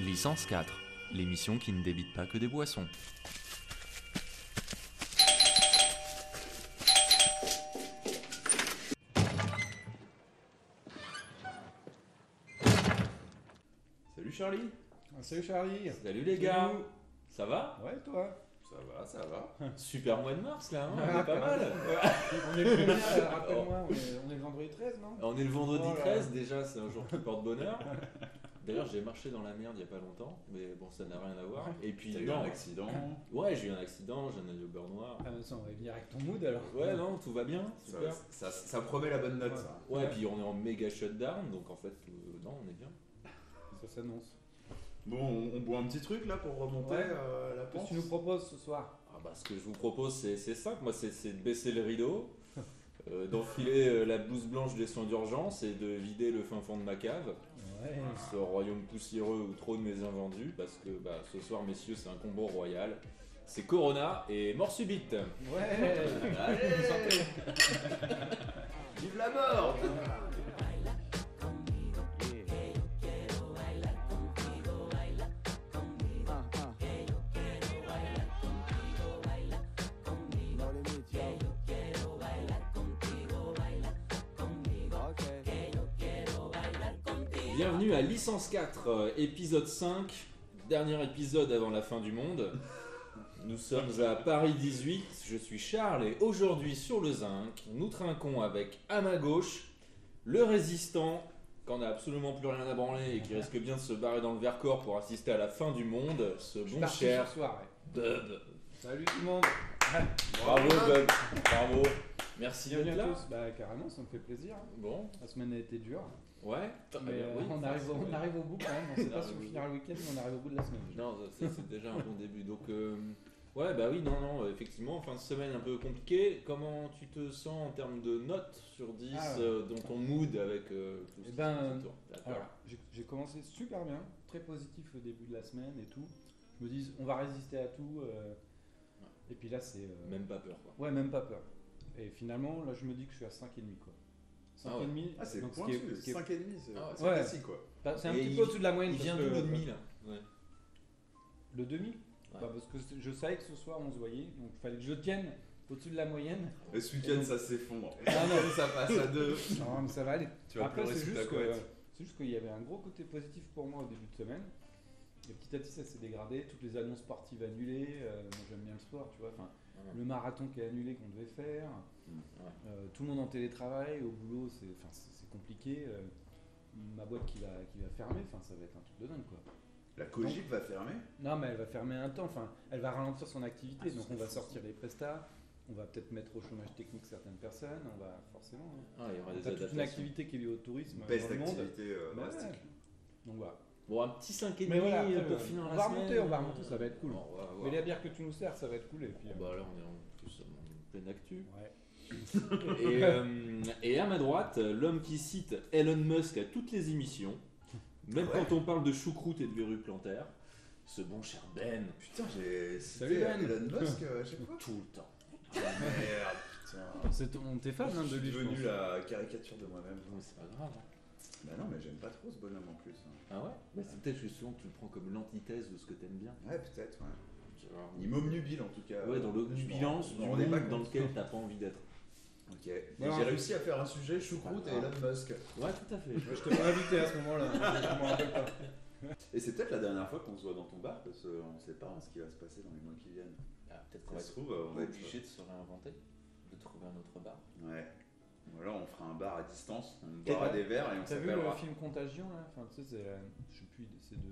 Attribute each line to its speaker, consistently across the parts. Speaker 1: Licence 4, l'émission qui ne débite pas que des boissons. Salut Charlie
Speaker 2: Ah, Salut Charlie
Speaker 1: Salut les
Speaker 2: Salut. Ah
Speaker 1: gars Ça va
Speaker 2: Ouais toi
Speaker 1: Ça va, ça va. Super mois de mars là,
Speaker 2: Ah,
Speaker 1: hein on est pas mal
Speaker 2: On est le premier, euh, rappelle-moi, on est, on est le vendredi 13 non
Speaker 1: On est le vendredi
Speaker 2: Oh là là.
Speaker 1: 13 déjà, c'est un jour qui porte bonheur. D'ailleurs, j'ai marché dans la merde il y a pas longtemps, mais bon, ça n'a rien à voir. Et puis,
Speaker 3: T'as eu
Speaker 1: non.
Speaker 3: un accident
Speaker 1: Ouais, j'ai eu un accident, j'ai un œil au beurre noir.
Speaker 2: Ah mais ça on va venir avec ton mood alors
Speaker 1: Ouais, non, tout va bien,
Speaker 3: ça,
Speaker 1: super.
Speaker 3: ça- ça promet la bonne note, ça.
Speaker 1: Ouais, puis on est en méga shutdown, donc en fait, tout- non, on est bien.
Speaker 2: Ça s'annonce.
Speaker 3: Bon, on, on boit un petit truc là pour remonter
Speaker 2: Ouais.
Speaker 3: euh, la
Speaker 2: Qu'est-ce que
Speaker 3: pente.
Speaker 2: tu nous proposes ce soir
Speaker 1: Ah bah, ce que je vous propose, c'est c'est simple. Moi, c'est c'est de baisser le rideau, euh, d'enfiler euh, la blouse blanche des soins d'urgence et de vider le fin fond de ma cave,
Speaker 2: Ouais.
Speaker 1: ce royaume poussiéreux où trop de mes invendus, parce que bah, ce soir, messieurs, c'est un combo royal. C'est Corona et mort subite.
Speaker 2: Ouais
Speaker 3: Allez Vive la mort
Speaker 2: Ah,
Speaker 4: No limit, yo. Okay.
Speaker 1: Bienvenue à Licence 4, euh, épisode 5, dernier épisode avant la fin du monde. Nous sommes à Paris 18, je suis Charles et aujourd'hui sur le Zinc, nous trinquons avec à ma gauche le résistant qu'on n'a absolument plus rien à branler et qui risque bien de se barrer dans le Vercors pour assister à la fin du monde, ce
Speaker 2: Je suis
Speaker 1: bon
Speaker 2: parti
Speaker 1: cher
Speaker 2: ce soir, ouais.
Speaker 1: Bub.
Speaker 2: Salut tout le monde
Speaker 1: Bravo Bub, bravo. Merci d'être
Speaker 2: Bienvenue à
Speaker 1: là.
Speaker 2: tous Bah carrément, ça me fait plaisir. hein.
Speaker 1: Bon,
Speaker 2: La semaine a été dure.
Speaker 1: ouais. Ah
Speaker 2: Mais
Speaker 1: bien,
Speaker 2: euh,
Speaker 1: oui, Ah,
Speaker 2: on, arrive,
Speaker 1: forcément.
Speaker 2: on arrive au bout quand même, on
Speaker 1: On
Speaker 2: sait pas
Speaker 1: arrive
Speaker 2: si
Speaker 1: au
Speaker 2: on
Speaker 1: bout.
Speaker 2: finira le week-end mais on arrive au bout de la semaine.
Speaker 1: Non, ça, ça, c'est déjà un bon début. Donc, euh, ouais, bah oui, non, non, effectivement, fin de semaine un peu compliquée. Comment tu te sens en termes de notes sur 10
Speaker 2: Ah ouais.
Speaker 1: euh, dans ton mood avec euh, tout
Speaker 2: Eh
Speaker 1: ce qui
Speaker 2: ben,
Speaker 1: tourne autour D'accord.
Speaker 2: Alors, j'ai- j'ai commencé super bien, très positif le début de la semaine et tout. Je me dis, on va résister à tout. euh, Et puis là, c'est. euh,
Speaker 1: Même pas peur, quoi.
Speaker 2: Ouais, même pas peur. Et finalement, là, je me dis que je suis à 5,5 quoi. 5,5.
Speaker 1: Ah ouais.
Speaker 3: Ah, c'est
Speaker 2: donc ce
Speaker 3: pointu,
Speaker 2: qui est- ce qui est-
Speaker 3: 5,5, c'est
Speaker 1: Ah ouais,
Speaker 3: c'est
Speaker 2: ouais.
Speaker 3: classique quoi.
Speaker 2: bah, C'est un
Speaker 1: Et
Speaker 2: petit
Speaker 1: il-
Speaker 2: peu au-dessus de la moyenne.
Speaker 1: Il vient
Speaker 2: parce
Speaker 1: d'où
Speaker 2: que- euh,
Speaker 1: le demi, là Ouais.
Speaker 2: Le demi
Speaker 1: Ouais.
Speaker 2: Bah, Parce que c'est- je savais que ce soir, on se voyait. Donc, il fallait que je tienne au-dessus de la moyenne.
Speaker 3: Et ce week-end, ça s'effondre.
Speaker 2: Ah non.
Speaker 3: ça passe à deux.
Speaker 2: Non, mais ça va aller.
Speaker 3: Tu vas
Speaker 2: Après,
Speaker 3: pleurer
Speaker 2: c'est
Speaker 3: sous ta
Speaker 2: juste, que-
Speaker 3: couette.
Speaker 2: c'est juste qu'il y avait un gros côté positif pour moi au début de semaine. Et petit à petit, ça s'est dégradé. Toutes les annonces sportives annulées. euh, moi, j'aime bien le sport, tu vois. Enfin,
Speaker 1: Ouais.
Speaker 2: le marathon qui est annulé qu'on devait faire.
Speaker 3: Mm,
Speaker 1: ouais.
Speaker 2: Euh, tout le monde en télétravail. Au boulot, c'est enfin, c'est- c'est compliqué. euh, ma boîte qui va, qui va fermer. Enfin, ça va être un truc de dingue, quoi.
Speaker 3: La Cogip va fermer
Speaker 2: Non, mais elle va fermer un temps. Enfin, elle va ralentir son activité. donc, on va sortir les prestats. On va peut-être mettre au chômage technique certaines personnes. On va forcément. hein.
Speaker 1: Ah, il y aura
Speaker 2: On
Speaker 1: des
Speaker 2: a toute une
Speaker 1: adaptations.
Speaker 2: activité qui est liée au tourisme euh,
Speaker 3: Baisse
Speaker 2: dans le monde.
Speaker 3: d'activité euh,
Speaker 2: Bah ouais.
Speaker 3: drastique.
Speaker 2: Donc voilà.
Speaker 1: Bon, un petit 5,5
Speaker 2: Mais voilà, après,
Speaker 1: pour
Speaker 2: euh,
Speaker 1: finir
Speaker 2: on
Speaker 1: la
Speaker 2: va
Speaker 1: semaine.
Speaker 2: remonter, on va remonter, ça va être cool.
Speaker 1: Bon, on va voir.
Speaker 2: Mais la bière que tu nous sers, ça va être cool. Et puis,
Speaker 1: Bon,
Speaker 2: euh,
Speaker 1: bah, là, on est en, plus, en pleine actu.
Speaker 2: ouais.
Speaker 1: Et, euh, et à ma droite, l'homme qui cite Elon Musk à toutes les émissions, même
Speaker 3: Ouais.
Speaker 1: quand on parle de choucroute et de verrues plantaires, ce bon cher Ben,
Speaker 3: Putain, j'ai
Speaker 2: Salut,
Speaker 3: cité
Speaker 2: Ben.
Speaker 3: Elon Musk euh, à chaque fois.
Speaker 1: tout le temps. Ah,
Speaker 3: Merde, putain.
Speaker 2: C'est ton, t'es fan hein,
Speaker 3: Je
Speaker 2: de lui. je
Speaker 3: suis devenu
Speaker 2: pense.
Speaker 3: la caricature de moi-même.
Speaker 1: Non, mais c'est pas grave. hein.
Speaker 3: Bah non, mais j'aime pas trop ce bonhomme en plus. hein.
Speaker 1: Ah ouais Mais c'est peut-être justement que tu le prends comme l'antithèse de ce que t'aimes bien.
Speaker 3: Ouais, peut-être, ouais.
Speaker 1: Tu vois. euh,
Speaker 3: Il m'omnubile en tout cas.
Speaker 1: Ouais, dans le
Speaker 3: Je m'en-
Speaker 1: bilan
Speaker 3: je
Speaker 1: du
Speaker 3: m'en rendais pas
Speaker 1: monde dans
Speaker 3: compte.
Speaker 1: lequel t'as pas envie d'être.
Speaker 3: Ok. Et
Speaker 2: Voilà.
Speaker 3: J'ai réussi à faire un sujet choucroute et
Speaker 1: Ah.
Speaker 3: Elon Musk.
Speaker 1: Ouais, tout à fait.
Speaker 2: Ouais, je t'ai pas invité à ce moment-là. je m'en rappelle pas.
Speaker 3: Et c'est peut-être la dernière fois qu'on se voit dans ton bar parce qu'on sait pas hein, ce qui va se passer dans les mois qui viennent.
Speaker 1: Ah, peut-être qu'on
Speaker 3: Ça
Speaker 1: va
Speaker 3: se
Speaker 1: être
Speaker 3: trouve, euh, on va être-
Speaker 1: obligé de se réinventer, de trouver un autre bar.
Speaker 3: Ouais. Ou alors on fera un bar à distance, on
Speaker 2: T'as-
Speaker 3: boira des verres et on
Speaker 2: T'as vu le
Speaker 3: s'appellera.
Speaker 2: film Contagion là Enfin, tu sais, c'est, euh, je sais plus, c'est de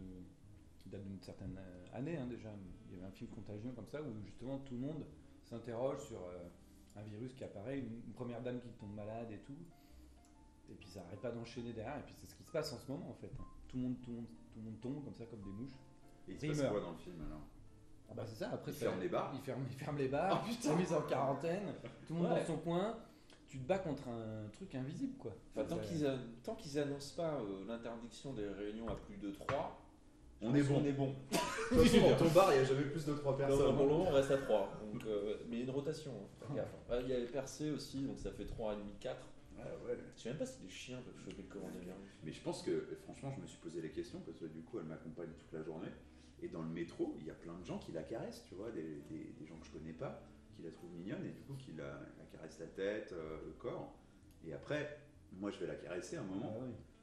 Speaker 2: qui date d'une certaine euh, année hein, déjà. Il y avait un film Contagion comme ça où justement tout le monde s'interroge sur euh, un virus qui apparaît, une, une première dame qui tombe malade et tout. Et puis ça arrête pas d'enchaîner derrière. Et puis c'est ce qui se passe en ce moment en fait. hein. Tout le monde, tout le monde, tout le monde tombe comme ça comme des mouches.
Speaker 3: Et il se passe
Speaker 2: Dreamer.
Speaker 3: quoi dans le film alors
Speaker 2: Ah bah c'est ça. Après
Speaker 3: Ils
Speaker 2: ça-
Speaker 3: ferment les bars
Speaker 2: Ils ferment, ils ferment les bars. ils sont mis en quarantaine. Tout le monde
Speaker 1: Ouais.
Speaker 2: dans son coin. Tu te bats contre un truc invisible quoi.
Speaker 1: Enfin, tant
Speaker 2: C'est-
Speaker 1: qu'ils a- tant qu'ils annoncent pas euh, l'interdiction des réunions à plus de 3,
Speaker 3: On est bon.
Speaker 1: On est bon.
Speaker 3: De toute façon, dans ton bar, il n'y a jamais plus de 3
Speaker 1: Non,
Speaker 3: personnes.
Speaker 1: pour le moment, on reste à 3. Donc, euh, mais il y a une rotation. hein, faut faire gaffe, hein. Ouais, Il y avait Percé aussi, donc ça fait 3,5-4.
Speaker 3: Ah ouais.
Speaker 1: Je sais même pas si les chiens peuvent choper le coronavirus.
Speaker 3: Mais je pense que, franchement, je me suis posé la question parce que du coup, elle m'accompagne toute la journée. Et dans le métro, il y a plein de gens qui la caressent, tu vois, des, des- des gens que je connais pas, qui la trouvent mignonne et du coup, qui la, la caressent la tête, euh, le corps. Et après, moi, je vais la caresser un
Speaker 2: Ah
Speaker 3: moment.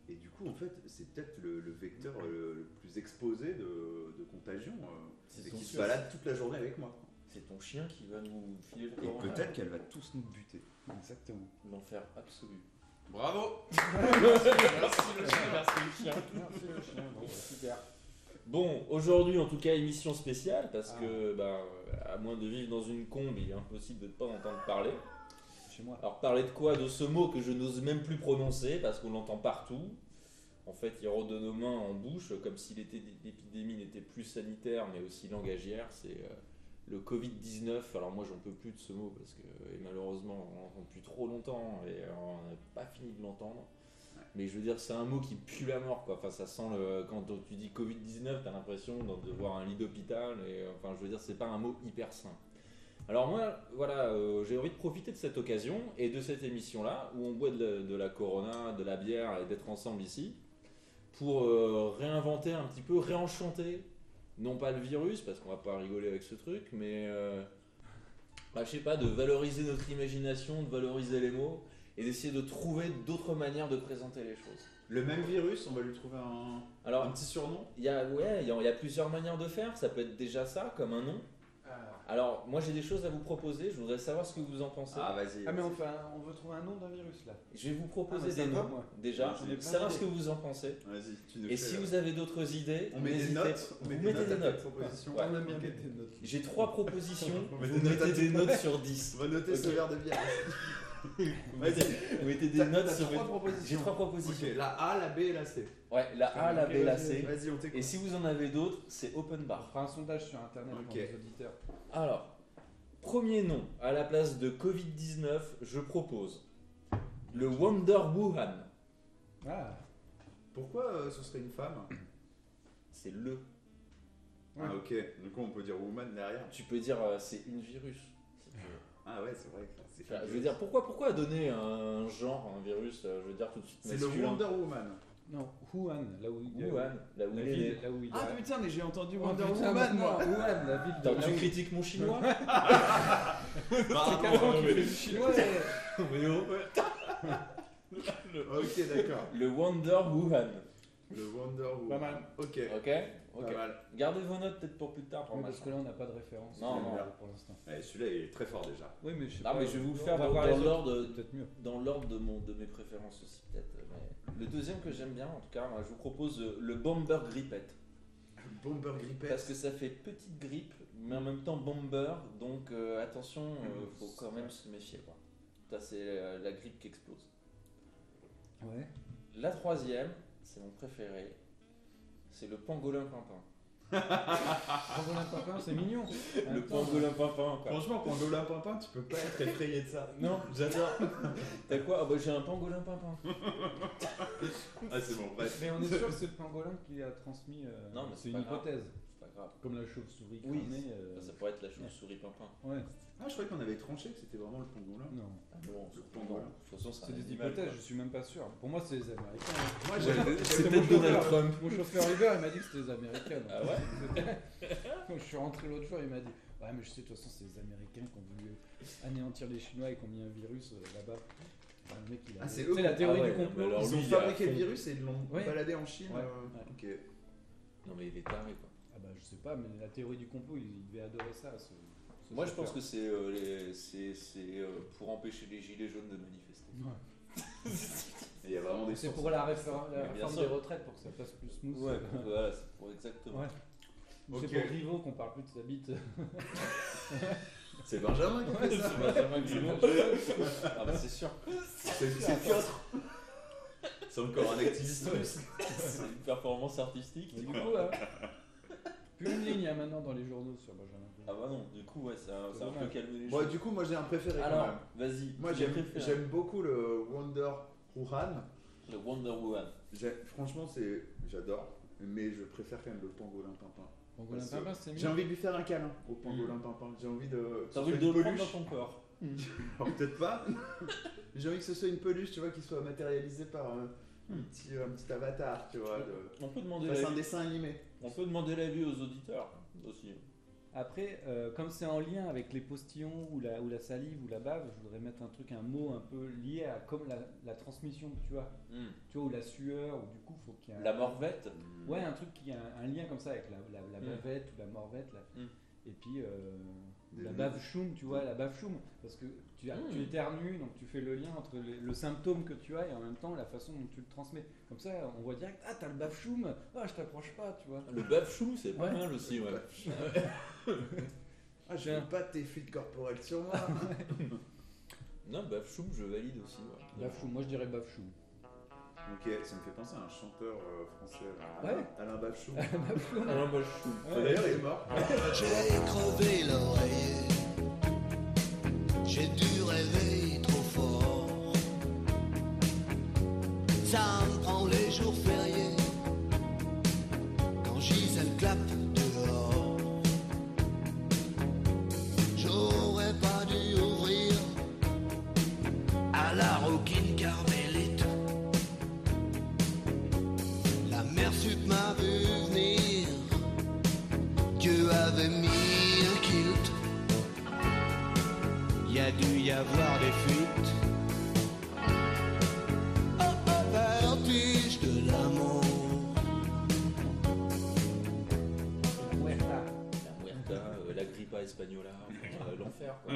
Speaker 3: Et du coup, en fait, c'est peut-être le, le vecteur euh, le, plus exposé de, de contagion euh, et
Speaker 1: C'est ton,
Speaker 3: qui se
Speaker 1: chien-
Speaker 3: balade toute la journée avec moi.
Speaker 1: c'est ton chien qui va nous filer le
Speaker 3: Et
Speaker 1: coronavirus.
Speaker 3: peut-être qu'elle va tous nous buter.
Speaker 2: Exactement.
Speaker 1: L'enfer absolu.
Speaker 5: Bravo Merci le chien, merci le chien.
Speaker 2: Merci le chien, bon, bah, super.
Speaker 1: Bon, aujourd'hui en tout cas émission spéciale parce
Speaker 2: Ah.
Speaker 1: que bah, à moins de vivre dans une combe, il est impossible de ne pas entendre parler.
Speaker 2: Chez moi.
Speaker 1: Alors parler de quoi De ce mot que je n'ose même plus prononcer parce qu'on l'entend partout. En fait, il rôde nos mains en bouche comme si l'été- l'épidémie n'était plus sanitaire mais aussi langagière. C'est euh, le Covid-19. Alors moi, j'en peux plus de ce mot parce que euh, et malheureusement, on l'entend depuis trop longtemps et euh, on n'a pas fini de l'entendre. Mais je veux dire, c'est un mot qui pue la mort, quoi. Enfin, ça sent le. Quand tu dis Covid-19, t'as l'impression d'en- de voir un lit d'hôpital. Et euh, enfin, je veux dire, c'est pas un mot hyper sain. Alors moi, voilà, euh, j'ai envie de profiter de cette occasion et de cette émission-là, où on boit de la, de la Corona, de la bière et d'être ensemble ici, pour euh, réinventer un petit peu, réenchanter, non pas le virus, parce qu'on va pas rigoler avec ce truc, mais euh, bah, je sais pas, de valoriser notre imagination, de valoriser les mots, et d'essayer de trouver d'autres manières de présenter les choses.
Speaker 3: Le même virus, on va lui trouver un,
Speaker 1: Alors,
Speaker 3: un petit surnom.
Speaker 1: il y a, ouais, il y a- il y a plusieurs manières de faire, ça peut être déjà ça, comme un nom.
Speaker 2: Ah,
Speaker 1: Alors, moi j'ai des choses à vous proposer, je voudrais savoir ce que vous en pensez.
Speaker 3: Ah, vas-y.
Speaker 2: mais on, fait un- on veut trouver un nom d'un virus là.
Speaker 1: Je vais vous
Speaker 2: Ah, mais
Speaker 1: proposer
Speaker 2: ça
Speaker 1: des
Speaker 2: va,
Speaker 1: noms
Speaker 2: moi.
Speaker 1: déjà,
Speaker 3: Ah,
Speaker 2: J'en ai plein
Speaker 1: savoir ce que
Speaker 2: d'idées.
Speaker 1: vous en pensez.
Speaker 3: Vas-y, tu nous
Speaker 1: Et
Speaker 3: fais,
Speaker 1: si
Speaker 3: euh,
Speaker 1: vous avez d'autres idées,
Speaker 3: On met des
Speaker 1: n'hésitez-
Speaker 3: notes.
Speaker 1: Vous mettez des notes.
Speaker 3: propositions.
Speaker 1: Ouais.
Speaker 2: On aime bien
Speaker 3: Ok.
Speaker 2: mettre des notes.
Speaker 1: J'ai trois propositions,
Speaker 3: On met
Speaker 1: vous
Speaker 3: des notes à
Speaker 1: mettez des
Speaker 3: tout.
Speaker 1: notes sur
Speaker 3: On
Speaker 1: 10.
Speaker 3: va noter ce
Speaker 1: Ok.
Speaker 3: verre de bière.
Speaker 1: Vous
Speaker 3: Vas-y.
Speaker 1: mettez, vous mettez des notes
Speaker 3: T'as
Speaker 1: sur...
Speaker 3: trois propositions.
Speaker 1: J'ai trois propositions.
Speaker 3: Ok, la A, la B et la C.
Speaker 1: Ouais, la A, la
Speaker 2: Ok,
Speaker 1: B, la
Speaker 2: vas-y,
Speaker 1: C.
Speaker 3: Vas-y, on t'écoute.
Speaker 1: Et si vous en avez d'autres, c'est open
Speaker 2: On
Speaker 1: bar.
Speaker 2: fera un sondage sur internet
Speaker 3: Ok.
Speaker 2: pour les auditeurs.
Speaker 1: Alors, premier nom, à la place de Covid-19, je propose le Wonder Wuhan.
Speaker 2: Ah,
Speaker 3: Pourquoi euh, ce serait une femme
Speaker 1: C'est le.
Speaker 3: Ah ok, du coup on peut dire woman derrière.
Speaker 1: Tu peux dire euh, c'est une virus.
Speaker 3: Ah ouais, c'est vrai. que c'est-
Speaker 1: Enfin, je veux dire, pourquoi, pourquoi donner un genre, un virus, euh, je veux dire tout de suite
Speaker 3: c'est le
Speaker 1: masculin
Speaker 3: Wonder Woman.
Speaker 2: non, Wuhan, là où il y a-
Speaker 1: Wuhan, là où il
Speaker 2: La
Speaker 1: est né.
Speaker 2: ville, là où il y a.
Speaker 3: Ah putain, mais j'ai entendu
Speaker 2: Oh,
Speaker 3: Wonder
Speaker 2: putain,
Speaker 3: Woman
Speaker 2: maintenant,
Speaker 3: moi.
Speaker 2: Wuhan, la ville de.
Speaker 1: Attends,
Speaker 2: là
Speaker 1: tu
Speaker 2: où-
Speaker 1: critiques mon chinois Bah,
Speaker 3: Pardon,
Speaker 2: Carrément, tu
Speaker 3: mais-
Speaker 2: fais du chinois, ouais.
Speaker 3: Ok, d'accord.
Speaker 1: Le Wonder Wuhan.
Speaker 3: Le Wonder Woman.
Speaker 2: Pas mal.
Speaker 3: Ok.
Speaker 1: Ok
Speaker 3: Pas
Speaker 1: Ok.
Speaker 3: mal.
Speaker 1: Gardez vos notes peut-être pour plus tard. Pour
Speaker 2: Ouais,
Speaker 1: le
Speaker 2: Parce
Speaker 1: match.
Speaker 2: que là on n'a pas de référence.
Speaker 1: Non,
Speaker 2: pour-
Speaker 3: non.
Speaker 2: pour l'instant.
Speaker 3: Eh, Celui-là, il est très fort déjà.
Speaker 2: Oui, mais je
Speaker 1: Non,
Speaker 2: sais pas,
Speaker 1: mais je vais vous
Speaker 2: on
Speaker 1: faire
Speaker 2: va
Speaker 1: dans,
Speaker 2: voir les
Speaker 1: dans
Speaker 2: autres,
Speaker 1: l'ordre
Speaker 2: c'est
Speaker 1: de,
Speaker 2: Peut-être mieux.
Speaker 1: dans l'ordre de, mon- de mes préférences aussi, peut-être. mais- Le deuxième que j'aime bien, en tout cas, moi, je vous propose euh, le Bomber Grippette.
Speaker 3: Bomber Grippet.
Speaker 1: Parce que ça fait petite grippe, mais en même temps bomber, donc euh, attention, euh, faut quand même se méfier. Quoi. Ça, c'est euh, la grippe qui explose.
Speaker 2: Ouais.
Speaker 1: La troisième, c'est mon préféré, c'est le pangolin pimpin.
Speaker 2: Pangolin
Speaker 1: Ah,
Speaker 2: Pimpin, c'est mignon.
Speaker 1: Le
Speaker 2: Attends,
Speaker 1: pangolin pimpin, quoi.
Speaker 3: Franchement, Pangolin Pimpin, tu peux pas être effrayé de ça.
Speaker 1: Non, j'adore. T'as quoi Ah bah j'ai un pangolin pimpin.
Speaker 3: Ah, c'est bon, bref.
Speaker 2: Mais on est sûr que c'est le pangolin qui l'a transmis. euh,
Speaker 1: Non, mais c'est
Speaker 2: c'est une
Speaker 1: pas grave.
Speaker 2: hypothèse.
Speaker 1: C'est pas grave.
Speaker 2: Comme la chauve-souris.
Speaker 1: Oui,
Speaker 2: cramée, euh,
Speaker 1: Ça, ça pourrait être la chauve-souris pimpin.
Speaker 2: Ouais.
Speaker 3: Ah, je croyais qu'on avait tranché que c'était vraiment le Pangolin.
Speaker 2: Non.
Speaker 1: Ah bon, on s'en
Speaker 3: Le
Speaker 1: fout, non.
Speaker 3: pangolin.
Speaker 1: De toute façon,
Speaker 2: C'est
Speaker 1: un
Speaker 2: des
Speaker 1: animal,
Speaker 2: hypothèses, je suis même pas sûr. Pour moi, c'est les Américains.
Speaker 3: Moi,
Speaker 1: quoi.
Speaker 3: j'ai-
Speaker 1: C'est
Speaker 2: mon
Speaker 1: peut-être
Speaker 2: chauffeur.
Speaker 1: Donald Trump.
Speaker 2: Mon chauffeur Uber, il m'a dit que c'était les Américains. donc.
Speaker 1: Ah ouais
Speaker 2: Quand je suis rentré l'autre jour, il m'a dit Ouais, mais je sais, de toute façon, c'est les Américains qui ont voulu anéantir les Chinois et qui ont mis un virus euh, là-bas. Enfin, le mec, il a.
Speaker 3: Ah, c'est
Speaker 2: tu sais,
Speaker 3: eux.
Speaker 2: la théorie
Speaker 1: Ah ouais,
Speaker 2: du
Speaker 1: non, mais
Speaker 2: complot.
Speaker 1: alors,
Speaker 3: Ils
Speaker 1: lui,
Speaker 3: ont
Speaker 1: il a
Speaker 3: fabriqué le
Speaker 1: fond.
Speaker 3: virus et ils l'ont
Speaker 2: Ouais.
Speaker 3: baladé en Chine.
Speaker 2: Ouais.
Speaker 3: euh,
Speaker 2: Ouais.
Speaker 3: Ok.
Speaker 1: Non mais il est taré quoi.
Speaker 2: Ah bah, je sais pas, mais la théorie du complot, il, il devait adorer ça. ce- ce
Speaker 1: Moi je
Speaker 2: chauffeur.
Speaker 1: pense que c'est euh, les- c'est- c'est, euh, pour empêcher les gilets jaunes de manifester.
Speaker 2: Ouais.
Speaker 3: Et Il y a vraiment des
Speaker 2: C'est
Speaker 3: sources.
Speaker 2: pour la, réfor-
Speaker 1: Mais
Speaker 2: la
Speaker 1: bien
Speaker 2: réforme
Speaker 1: sûr.
Speaker 2: des retraites, pour que ça passe plus smooth.
Speaker 1: voilà, c'est pour exactement.
Speaker 2: Ouais.
Speaker 3: Ok.
Speaker 2: C'est pour Griveaux qu'on parle plus de sa bite.
Speaker 3: C'est Benjamin qui fait ça.
Speaker 1: C'est Benjamin Griveaux. ah bah c'est sûr.
Speaker 3: C'est c'est Piotr. C'est encore un activiste russe.
Speaker 1: C'est une performance artistique.
Speaker 2: Mais du coup, euh, plus une ligne hein, maintenant dans les journaux sur Benjamin.
Speaker 1: Ah bah non, du coup ouais, ça, ça a un peu
Speaker 2: Dommage.
Speaker 1: calmé les
Speaker 3: Bon,
Speaker 1: choses.
Speaker 3: du coup, moi j'ai un préféré quand
Speaker 1: Alors,
Speaker 3: même.
Speaker 1: vas-y.
Speaker 3: Moi
Speaker 1: tu
Speaker 3: j'aime
Speaker 1: les préfères.
Speaker 3: j'aime beaucoup le Wonder Wuhan.
Speaker 1: le Wonder Woman.
Speaker 3: J'ai- Franchement, c'est j'adore, mais je préfère quand même le pangolin pimpin.
Speaker 2: Pangolin
Speaker 3: Parce que
Speaker 2: Pimpin, c'est
Speaker 3: J'ai
Speaker 2: mieux.
Speaker 3: envie de lui faire un câlin au pangolin pimpin. J'ai Mmh. envie de.
Speaker 1: T'as
Speaker 3: que ce
Speaker 1: envie de
Speaker 3: soit
Speaker 1: le
Speaker 3: une
Speaker 1: prendre dans
Speaker 3: peluche.
Speaker 1: ton corps.
Speaker 3: Alors, Peut-être pas. j'ai envie que ce soit une peluche, tu vois, qui soit matérialisée par euh, un, petit, un petit avatar, tu vois. De...
Speaker 1: On peut demander
Speaker 3: fasse un
Speaker 1: l'avis-
Speaker 3: dessin animé.
Speaker 1: on peut demander l'avis aux auditeurs aussi.
Speaker 2: Après, euh, comme c'est en lien avec les postillons ou la, ou la salive ou la bave, je voudrais mettre un truc, un mot un peu lié à comme la, la transmission, tu vois,
Speaker 3: Hmm.
Speaker 2: tu vois, ou la sueur, ou du coup, faut qu'il y ait un-
Speaker 1: La morvette
Speaker 2: Ouais, un truc qui a un, un lien comme ça avec la, la, la
Speaker 1: Mm.
Speaker 2: bavette ou la morvette. là.
Speaker 1: Mm.
Speaker 2: Et puis euh,
Speaker 3: Des-
Speaker 2: la bave choum, tu vois, la bave choum. Parce que tu, as-
Speaker 1: Mm.
Speaker 2: tu éternues, donc tu fais le lien entre le, le symptôme que tu as et en même temps la façon dont tu le transmets. Comme ça, on voit direct, ah, t'as le bave choum, ah, je t'approche pas, tu vois.
Speaker 1: Le bafchou, c'est pas
Speaker 2: Ouais.
Speaker 1: mal aussi, ouais.
Speaker 3: Ah, je veux pas tes fuites corporelles sur moi.
Speaker 1: Non, bafchou, je valide aussi. ouais.
Speaker 2: Bave choum, moi je dirais bave choum.
Speaker 3: ok, ça me fait penser à un chanteur euh, français, euh,
Speaker 2: Ouais.
Speaker 3: Alain Bachou.
Speaker 2: Ah.
Speaker 1: Alain Bafchou.
Speaker 3: D'ailleurs, il est mort.
Speaker 6: J'ai crevé l'oreiller, j'ai dû rêver trop fort. Ça me prend les jours fériés, quand Gisèle clap dehors. J'aurais pas dû ouvrir à la roquine carmélite. La mère sup m'a vu venir. Dieu avait mis un kilt. Y a dû y avoir des fuites. Hop, hop, à l'antige de l'amour.
Speaker 1: La Muerta, euh, la Grippa Espagnola, enfin, euh, l'enfer, quoi.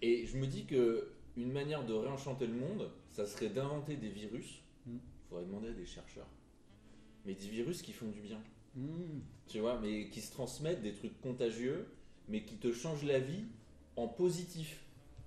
Speaker 1: Et je me dis que une manière de réenchanter le monde, ça serait d'inventer des virus.
Speaker 2: Mm.
Speaker 1: faudrait demander à des chercheurs. Mais des virus qui font du bien.
Speaker 2: Mm.
Speaker 1: Tu vois, mais qui se transmettent des trucs contagieux, mais qui te changent la vie en positif.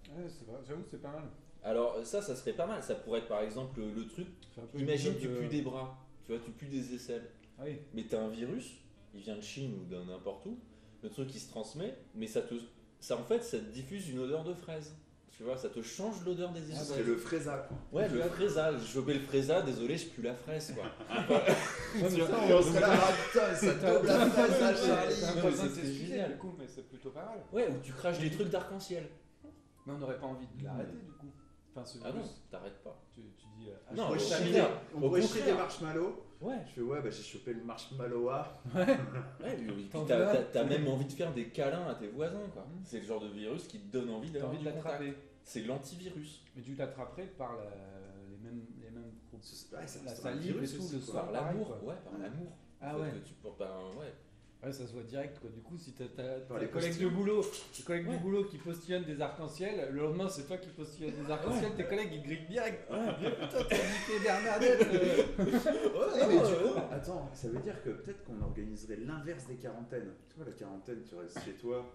Speaker 2: Ouais, c'est vrai, j'avoue, c'est pas mal.
Speaker 1: Alors ça, ça serait pas mal. Ça pourrait être par exemple le truc.
Speaker 2: C'est un peu une
Speaker 1: Imagine
Speaker 2: méthode
Speaker 1: tu
Speaker 2: de-
Speaker 1: pues des bras, tu vois, tu pues des aisselles.
Speaker 2: Ah oui,
Speaker 1: Mais t'as un virus, il vient de Chine ou d'un n'importe où. Le truc il se transmet, mais ça te, ça en fait, ça te diffuse une odeur de fraise. Tu vois, ça te change l'odeur des
Speaker 3: Ce
Speaker 1: aisselles.
Speaker 3: serait Ah, le Fréza, quoi.
Speaker 1: ouais, le fraisa. Je vais le fraisa. Désolé, je pue la fraise quoi.
Speaker 2: Ouais, mais ça,
Speaker 3: Et on serait
Speaker 2: on-
Speaker 3: là, ah, putain, mais ça double la face à Charlie.
Speaker 2: T'as
Speaker 1: mais
Speaker 2: l'impression que
Speaker 1: c'est
Speaker 2: c'est
Speaker 1: génial.
Speaker 2: génial, du coup, mais c'est plutôt pas mal.
Speaker 1: Ouais, ou tu craches des trucs d'arc-en-ciel.
Speaker 2: Mais on n'aurait pas envie de l'arrêter, du coup. Enfin, ce
Speaker 1: Mm. Ah non,
Speaker 2: virus,
Speaker 1: t'arrêtes pas.
Speaker 2: tu, tu dis. euh,
Speaker 3: On
Speaker 1: Non,
Speaker 3: pourrait
Speaker 1: au
Speaker 3: chier-
Speaker 1: contraire.
Speaker 3: On
Speaker 1: Au
Speaker 3: pourrait chier
Speaker 1: contraire.
Speaker 3: des marshmallows.
Speaker 1: Ouais.
Speaker 3: Je fais, ouais, bah j'ai chopé le marshmallowa.
Speaker 1: Ouais, et puis
Speaker 2: T'en
Speaker 1: t'as-
Speaker 2: veux un
Speaker 1: t'as t'as même envie de faire des câlins à tes voisins quoi.
Speaker 3: Mmh.
Speaker 2: Mm.
Speaker 1: C'est le genre de virus qui te donne envie
Speaker 2: T'as
Speaker 1: d'avoir
Speaker 2: envie de
Speaker 1: du contact.
Speaker 2: l'attraper.
Speaker 1: C'est l'antivirus.
Speaker 2: Mais tu l'attraperais par la, les mêmes, les mêmes groupes.
Speaker 3: Ce- ouais, ça
Speaker 2: La
Speaker 3: reste un
Speaker 2: salive
Speaker 3: virus
Speaker 2: et tout,
Speaker 3: aussi,
Speaker 2: le
Speaker 3: quoi.
Speaker 1: Par
Speaker 2: sang.
Speaker 1: l'amour,
Speaker 2: Ah, Pareil,
Speaker 1: ouais, par l'amour.
Speaker 2: Ah
Speaker 1: En fait,
Speaker 2: ouais.
Speaker 1: que Tu peux, ben, ouais.
Speaker 2: Ouais, ça se voit direct quoi. Du coup, si t'as t'as-
Speaker 3: Par
Speaker 2: t'as
Speaker 3: les
Speaker 2: tes collègues de
Speaker 3: postillons.
Speaker 2: boulot, tes collègues
Speaker 1: Ouais.
Speaker 2: du boulot qui postillonnent des arcs-en-ciel, le lendemain c'est toi qui postillonnes des arcs-en-ciel, tes collègues ils grillent direct. Putain, t'as niqué Bernadette. euh.
Speaker 3: Ouais, mais
Speaker 1: Ah,
Speaker 3: du coup, attends, ça veut dire que peut-être qu'on organiserait l'inverse des quarantaines. Tu vois, la quarantaine, tu restes chez toi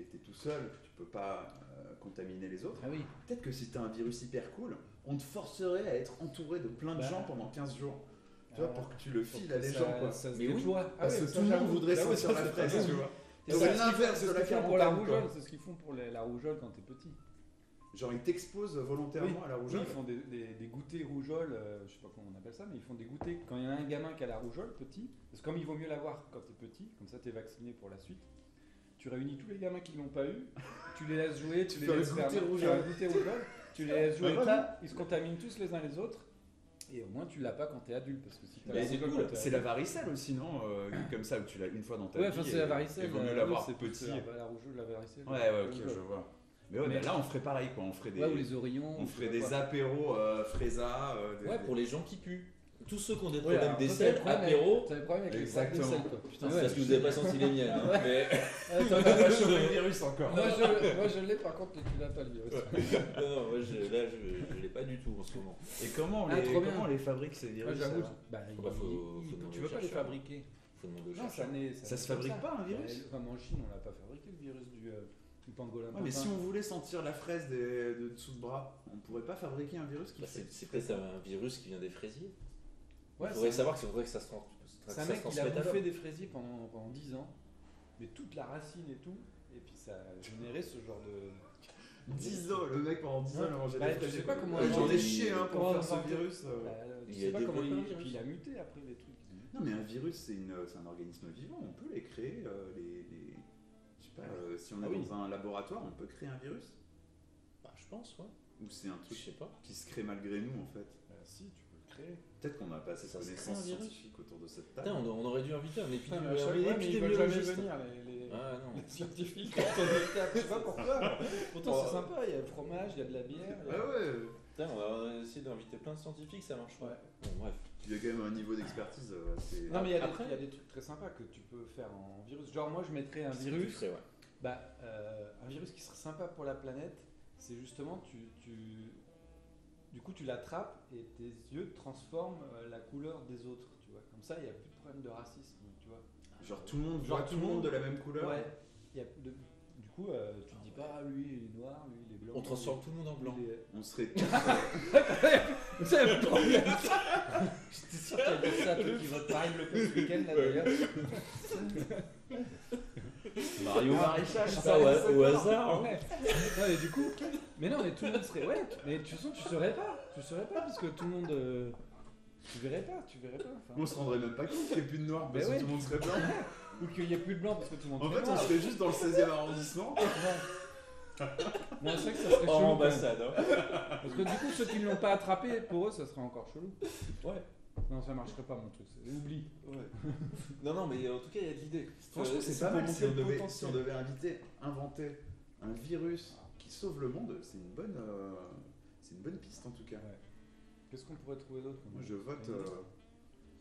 Speaker 3: et t'es tout seul, tu peux pas euh, contaminer les autres.
Speaker 2: Ah oui.
Speaker 3: Peut-être que si t'as un virus hyper cool, on te forcerait à être entouré de plein de
Speaker 2: Bah.
Speaker 3: gens pendant 15 jours. Tu vois,
Speaker 2: Ah,
Speaker 3: pour que tu le
Speaker 2: faut
Speaker 3: files
Speaker 2: que
Speaker 3: à des
Speaker 2: ça-
Speaker 3: gens, quoi.
Speaker 2: Ça se
Speaker 1: Mais oui.
Speaker 2: déploie. Ah
Speaker 3: Parce
Speaker 2: ouais,
Speaker 3: que
Speaker 2: ça,
Speaker 3: tout le monde
Speaker 2: j'avoue.
Speaker 3: voudrait
Speaker 2: Ah ouais,
Speaker 3: sentir
Speaker 2: ça,
Speaker 3: la
Speaker 2: c'est
Speaker 3: fraise,
Speaker 2: très
Speaker 3: tu
Speaker 2: bien.
Speaker 3: vois.
Speaker 2: Et
Speaker 3: C'est
Speaker 2: ça,
Speaker 3: l'inverse
Speaker 2: C'est
Speaker 3: de
Speaker 2: ce
Speaker 3: la
Speaker 2: qu'ils font pour la
Speaker 3: quarantaine, quoi.
Speaker 2: rougeole, c'est ce qu'ils font pour les- la rougeole quand t'es petit.
Speaker 3: Genre, ils t'exposent volontairement à la
Speaker 2: Oui,
Speaker 3: rougeur.
Speaker 2: ils font des, des- des goûters rougeoles, euh, je sais pas comment on appelle ça, mais ils font des goûters. Quand il y a un gamin qui a la rougeole, petit, parce que comme il vaut mieux l'avoir quand t'es petit, comme ça t'es vacciné pour la suite, tu réunis tous les gamins qui l'ont pas eu, tu les laisses jouer, tu,
Speaker 3: Tu fais
Speaker 2: les
Speaker 3: le
Speaker 2: laisses faire
Speaker 3: goûter
Speaker 2: tu
Speaker 3: rougeole.
Speaker 2: fais le goûter rougeole, tu les laisses jouer,
Speaker 3: Bah voilà.
Speaker 2: tous, ils se contaminent tous les uns les autres, et au moins tu l'as pas quand t'es adulte, parce que si t'as
Speaker 3: Mais
Speaker 2: la
Speaker 3: c'est
Speaker 2: rougeole
Speaker 3: cool,
Speaker 2: quand t'es
Speaker 3: c'est la varicelle aussi, non Euh, Comme ça, où tu l'as une fois dans ta
Speaker 2: adulte- Ouais,
Speaker 3: vie.
Speaker 2: enfin c'est
Speaker 3: et-
Speaker 2: la varicelle.
Speaker 3: et vaut mieux
Speaker 2: euh,
Speaker 3: l'avoir
Speaker 2: oui, c'est plus
Speaker 3: petit.
Speaker 2: La, la rougeole, la varicelle.
Speaker 3: Ouais, ouais,
Speaker 2: la
Speaker 3: ok,
Speaker 2: rougeole.
Speaker 3: je vois. Mais ouais,
Speaker 2: Mais-
Speaker 3: mais là, on ferait pareil, quoi. On ferait des,
Speaker 2: Ouais, ou les orillons.
Speaker 3: on
Speaker 2: ou
Speaker 3: ferait
Speaker 2: je sais
Speaker 3: des
Speaker 2: pas quoi.
Speaker 3: apéros euh, fresa. euh, des-
Speaker 1: Ouais, pour les gens qui puent. Tous ceux qui ont des
Speaker 2: Ouais,
Speaker 1: problèmes
Speaker 2: alors, toi, t'as
Speaker 1: d'aisselle,
Speaker 2: le problème avec-
Speaker 1: apéro,
Speaker 2: T'as le problème avec les sacs
Speaker 3: Exactement.
Speaker 2: d'aisselle, quoi. Putain,
Speaker 1: c'est
Speaker 2: ouais.
Speaker 1: parce que vous avez pas senti les miennes. hein, mais-
Speaker 2: Attends,
Speaker 3: Ah,
Speaker 2: moi,
Speaker 3: je ferais
Speaker 2: je-
Speaker 3: le virus encore.
Speaker 2: moi, je, moi, je l'ai, par contre, tu l'as pas le virus.
Speaker 1: Non, non, moi, je- là, je, je l'ai pas du tout en ce moment.
Speaker 3: Et comment on
Speaker 2: Ah,
Speaker 3: les,
Speaker 2: trop bien.
Speaker 3: comment on les fabrique ces
Speaker 2: Moi,
Speaker 3: virus
Speaker 2: j'avoue,
Speaker 3: alors
Speaker 2: bah, il-
Speaker 1: Bah, faut- faut
Speaker 2: il-
Speaker 1: demander
Speaker 2: tu
Speaker 1: aux
Speaker 2: veux pas les
Speaker 1: chercheurs.
Speaker 2: fabriquer.
Speaker 1: hein. Faut demander aux
Speaker 2: Non, ça
Speaker 1: chercheurs.
Speaker 2: n'est.
Speaker 3: Ça se
Speaker 2: n'est
Speaker 3: fabrique
Speaker 2: comme ça.
Speaker 3: pas un
Speaker 2: Bah,
Speaker 3: virus
Speaker 2: Comme en Chine, on l'a pas fabriqué le virus du, euh, du pangolin.
Speaker 3: Ouais, Mais
Speaker 2: papa.
Speaker 3: si on voulait sentir la fraise des- de dessous de bras, on pourrait pas fabriquer un virus qui
Speaker 1: Bah,
Speaker 3: fait.
Speaker 1: c'est c'est peut-être un virus qui vient des fraisiers.
Speaker 2: Ouais,
Speaker 1: Il
Speaker 2: c'est
Speaker 1: faudrait
Speaker 2: un-
Speaker 1: savoir qu'il faudrait que ça se trans- que
Speaker 2: C'est
Speaker 1: ça
Speaker 2: un
Speaker 1: se
Speaker 2: mec qui a
Speaker 1: transmette à
Speaker 2: bouffé
Speaker 1: l'homme.
Speaker 2: des fraisiers pendant, pendant 10 ans, mais toute la racine et tout, et puis ça a généré ce genre de.
Speaker 3: 10 ans, le mec pendant 10 ans, il a mangé
Speaker 2: Bah,
Speaker 3: des
Speaker 2: je
Speaker 3: fraises.
Speaker 2: sais pas comment-
Speaker 3: Ouais, J'en ai
Speaker 1: il-
Speaker 3: chié hein, pour
Speaker 2: comment
Speaker 3: faire
Speaker 2: on
Speaker 3: ce
Speaker 2: va-
Speaker 3: virus. euh.
Speaker 2: Bah, euh,
Speaker 1: Il
Speaker 2: tu
Speaker 1: a
Speaker 2: sais pas comment
Speaker 1: développé
Speaker 2: il.
Speaker 1: un virus.
Speaker 2: puis il a muté après les trucs.
Speaker 3: Non, mais un virus, c'est une- c'est un organisme vivant, on peut les créer. euh, les, les- Je sais pas, euh, si on est
Speaker 2: Ah oui.
Speaker 3: dans un laboratoire, on peut créer un virus.
Speaker 1: Bah, je pense, ouais.
Speaker 3: Ou c'est un
Speaker 1: Je
Speaker 3: truc
Speaker 1: sais pas.
Speaker 3: qui se crée malgré nous en fait
Speaker 2: Bah, si, tu peux le créer.
Speaker 3: Peut-être qu'on n'a pas assez de
Speaker 1: Ça se crée
Speaker 3: connaissances
Speaker 1: un virus.
Speaker 3: scientifiques autour de cette table.
Speaker 1: Putain, on, euh, on aurait dû inviter un
Speaker 2: Putain, mais à chaque fois, mais ils veulent jamais
Speaker 1: épidémiologiste.
Speaker 2: venir, les, les-
Speaker 1: Ah non.
Speaker 2: les scientifiques. Je sais pas pourquoi. Pourtant, c'est
Speaker 3: Oh.
Speaker 2: sympa, il y a le fromage, il y a de la bière. il y a-
Speaker 3: Ah ouais
Speaker 1: Putain, on a essayé d'inviter plein de scientifiques, ça marche pas.
Speaker 2: Ouais.
Speaker 1: Bon, bref.
Speaker 3: Il y a quand même un niveau d'expertise euh, assez.
Speaker 1: Ah.
Speaker 2: Non, mais il y, a des-
Speaker 1: Après-
Speaker 2: il y a des trucs très sympas que tu peux faire en virus. Genre, moi, je mettrais un
Speaker 1: Qu'est-ce que tu
Speaker 2: virus.
Speaker 1: ferais, ouais.
Speaker 2: Bah, euh, un virus qui serait sympa pour la planète, c'est justement tu, tu- du coup tu l'attrapes et tes yeux transforment euh, la couleur des autres, tu vois. Comme ça, il n'y a plus de problème de racisme, tu vois.
Speaker 3: Genre tout le monde
Speaker 2: Genre
Speaker 3: voit tout le monde de la même couleur.
Speaker 2: Ouais. Il y a de- du coup, euh, tu te dis pas ah, lui il est noir, lui il est blanc.
Speaker 1: On transforme tout le monde en
Speaker 2: lui,
Speaker 1: blanc.
Speaker 2: il est-
Speaker 3: On serait tous. euh,
Speaker 2: C'est le problème. J'étais sûr que t'allais dire ça, toi qui vote Marine Le Pen ce week-end là d'ailleurs. Ah,
Speaker 1: Mario
Speaker 2: Maréchal,
Speaker 1: ça, ouais, au hasard, hein.
Speaker 2: Ah, Ouais. Non, mais du coup, mais non, mais tout le monde serait. Ouais, tu- mais de toute façon, tu serais pas. Tu serais pas parce que tout le monde. euh, tu verrais pas, tu verrais pas. enfin.
Speaker 3: on se rendrait même pas compte qu'il n'y ait plus de noir parce
Speaker 2: Mais ouais.
Speaker 3: que tout le monde serait blanc.
Speaker 2: Ou qu'il y a plus de blanc parce que tout le monde
Speaker 3: En
Speaker 2: serait
Speaker 3: fait, on
Speaker 2: noir.
Speaker 3: serait juste dans le 16 e arrondissement.
Speaker 2: Ouais. Non, c'est vrai que Oh, bah, ça serait
Speaker 1: Hors
Speaker 2: chelou. quand même.
Speaker 1: ambassade, hein.
Speaker 2: Parce que du coup, ceux qui ne l'ont pas attrapé, pour eux, ça serait encore chelou. Ouais. Non, ça marcherait pas mon truc. c'est- Oublie.
Speaker 1: Non, non, mais en tout cas, il y a de l'idée. Euh,
Speaker 2: Franchement, c'est
Speaker 3: C'est pas
Speaker 2: pas
Speaker 3: mal
Speaker 2: mon
Speaker 3: si on,
Speaker 2: seul
Speaker 3: devait, si
Speaker 2: potentiel.
Speaker 3: on devait inviter, inventer un virus qui sauve le monde, c'est une bonne, euh, c'est une bonne piste en tout cas.
Speaker 2: Qu'est-ce qu'on pourrait trouver d'autre
Speaker 3: Moi je vote, euh,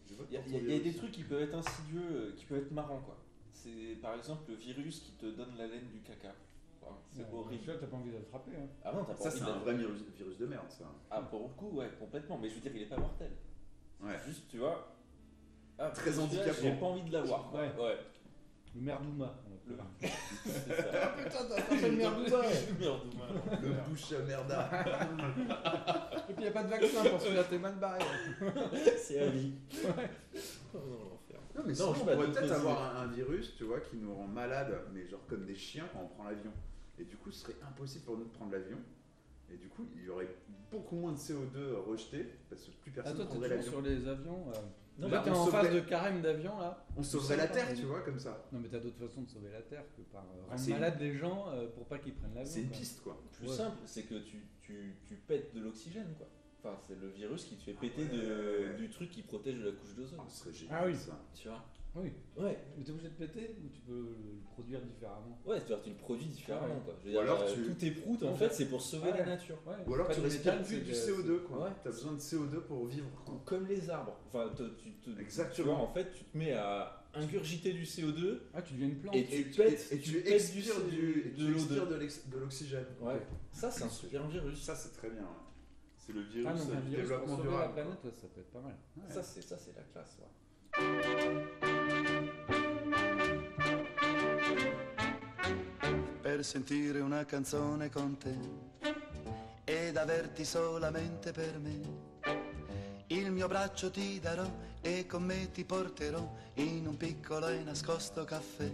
Speaker 3: je vote
Speaker 1: Il y a,
Speaker 3: pour
Speaker 1: il y a-
Speaker 3: ton
Speaker 1: il y a des
Speaker 3: virus.
Speaker 1: trucs qui peuvent être insidieux, euh, qui peuvent être marrants, quoi. C'est par exemple le virus qui te donne la laine du caca. Enfin, c'est
Speaker 2: Ouais,
Speaker 1: horrible.
Speaker 2: celui-là, t'as pas envie d'attraper. Hein.
Speaker 1: Ah non, t'as pas
Speaker 3: Ça
Speaker 1: envie
Speaker 3: c'est
Speaker 1: de-
Speaker 3: un vrai virus, virus de merde ça.
Speaker 1: Ah, pour le coup, ouais, complètement. Mais je veux dire, il est pas mortel.
Speaker 3: Ouais.
Speaker 1: Juste, tu vois. Ah,
Speaker 3: Très
Speaker 1: celui-là,
Speaker 3: handicapant.
Speaker 1: J'ai pas envie de l'avoir. quoi.
Speaker 2: Ouais.
Speaker 1: ouais.
Speaker 2: Le merdouma. on
Speaker 1: Le-
Speaker 2: l'appelle.
Speaker 1: C'est ça.
Speaker 3: Ah, Putain t'as pas fait
Speaker 1: Merde, ouais.
Speaker 3: Le bouche à merda.
Speaker 2: Et puis il n'y a pas de vaccin pour celui-là, t'es mal barré. hein.
Speaker 1: C'est à vie. Oh non, l'enfer.
Speaker 3: Non mais
Speaker 1: Non,
Speaker 3: sinon
Speaker 1: je
Speaker 3: on
Speaker 1: sais pas,
Speaker 3: pourrait
Speaker 1: d'autres
Speaker 3: peut-être
Speaker 1: idées.
Speaker 3: avoir un, un virus tu vois qui nous rend malade, mais genre comme des chiens quand on prend l'avion. Et du coup ce serait impossible pour nous de prendre l'avion. Et du coup il y aurait beaucoup moins de CO2 rejeté parce que plus
Speaker 2: Ah,
Speaker 3: personne
Speaker 2: toi, t'es
Speaker 3: prendrait
Speaker 2: toujours
Speaker 3: l'avion.
Speaker 2: sur les avions. euh.
Speaker 1: Non,
Speaker 2: là,
Speaker 3: mais
Speaker 2: t'es
Speaker 3: on
Speaker 2: en
Speaker 3: se
Speaker 2: phase
Speaker 3: fait-
Speaker 2: de carême d'avions, là.
Speaker 3: On sauverait la Terre tu vois comme ça.
Speaker 2: Non, mais t'as d'autres façons de sauver la Terre que par euh,
Speaker 3: Ah,
Speaker 2: rendre
Speaker 3: c'est-
Speaker 2: malade les gens euh, pour pas qu'ils prennent l'avion.
Speaker 3: C'est une
Speaker 2: quoi.
Speaker 3: piste quoi.
Speaker 1: Plus
Speaker 2: Ouais.
Speaker 1: simple, c'est que tu, tu, tu pètes de l'oxygène, quoi. Enfin, c'est le virus qui te fait péter
Speaker 3: ouais.
Speaker 1: de- du truc qui protège de la couche d'ozone.
Speaker 3: ce serait génial
Speaker 2: génial, Ah oui.
Speaker 3: ça.
Speaker 1: Tu vois
Speaker 2: Oui.
Speaker 1: Ouais.
Speaker 2: Mais t'es obligé de péter ou tu peux le produire différemment
Speaker 1: Ouais, c'est-à-dire que tu le produis différemment,
Speaker 2: Ouais.
Speaker 1: quoi. Je veux dire,
Speaker 3: Ou alors
Speaker 1: euh,
Speaker 3: tu-
Speaker 1: tout tes proutes, en fait, c'est pour sauver
Speaker 2: Ouais.
Speaker 1: la nature.
Speaker 2: Ouais,
Speaker 3: Ou alors
Speaker 2: pas
Speaker 3: tu
Speaker 2: de
Speaker 3: respires
Speaker 2: méthane,
Speaker 3: plus
Speaker 2: c'est de-
Speaker 3: du CO2 quoi.
Speaker 1: Ouais.
Speaker 3: T'as besoin de CO2 pour vivre. quoi.
Speaker 1: Comme les arbres. Enfin, te- tu te.
Speaker 3: Exactement.
Speaker 1: tu vois, en fait, tu te mets à ingurgiter du CO2.
Speaker 2: Ah, tu deviens une plante.
Speaker 1: Et tu pètes-
Speaker 3: et
Speaker 1: tu
Speaker 3: tu
Speaker 1: pètes
Speaker 3: expires
Speaker 1: du-
Speaker 3: du, et
Speaker 1: de
Speaker 3: tu expires
Speaker 1: l'odeur.
Speaker 3: de l'ex- de l'oxygène.
Speaker 1: Ouais. Ça, c'est un super virus.
Speaker 3: Ça c'est très bien. hein. C'est le virus
Speaker 2: Ah non,
Speaker 3: euh,
Speaker 2: un virus
Speaker 3: du
Speaker 2: pour
Speaker 3: développement
Speaker 2: sauver la
Speaker 3: durable.
Speaker 2: planète, ouais, ça peut être pas mal.
Speaker 3: Ouais.
Speaker 1: Ça, c'est ça, c'est la classe. ouais.
Speaker 6: per sentire una canzone con te ed averti solamente per me. Il mio braccio ti darò e con me ti porterò in un piccolo e nascosto caffè.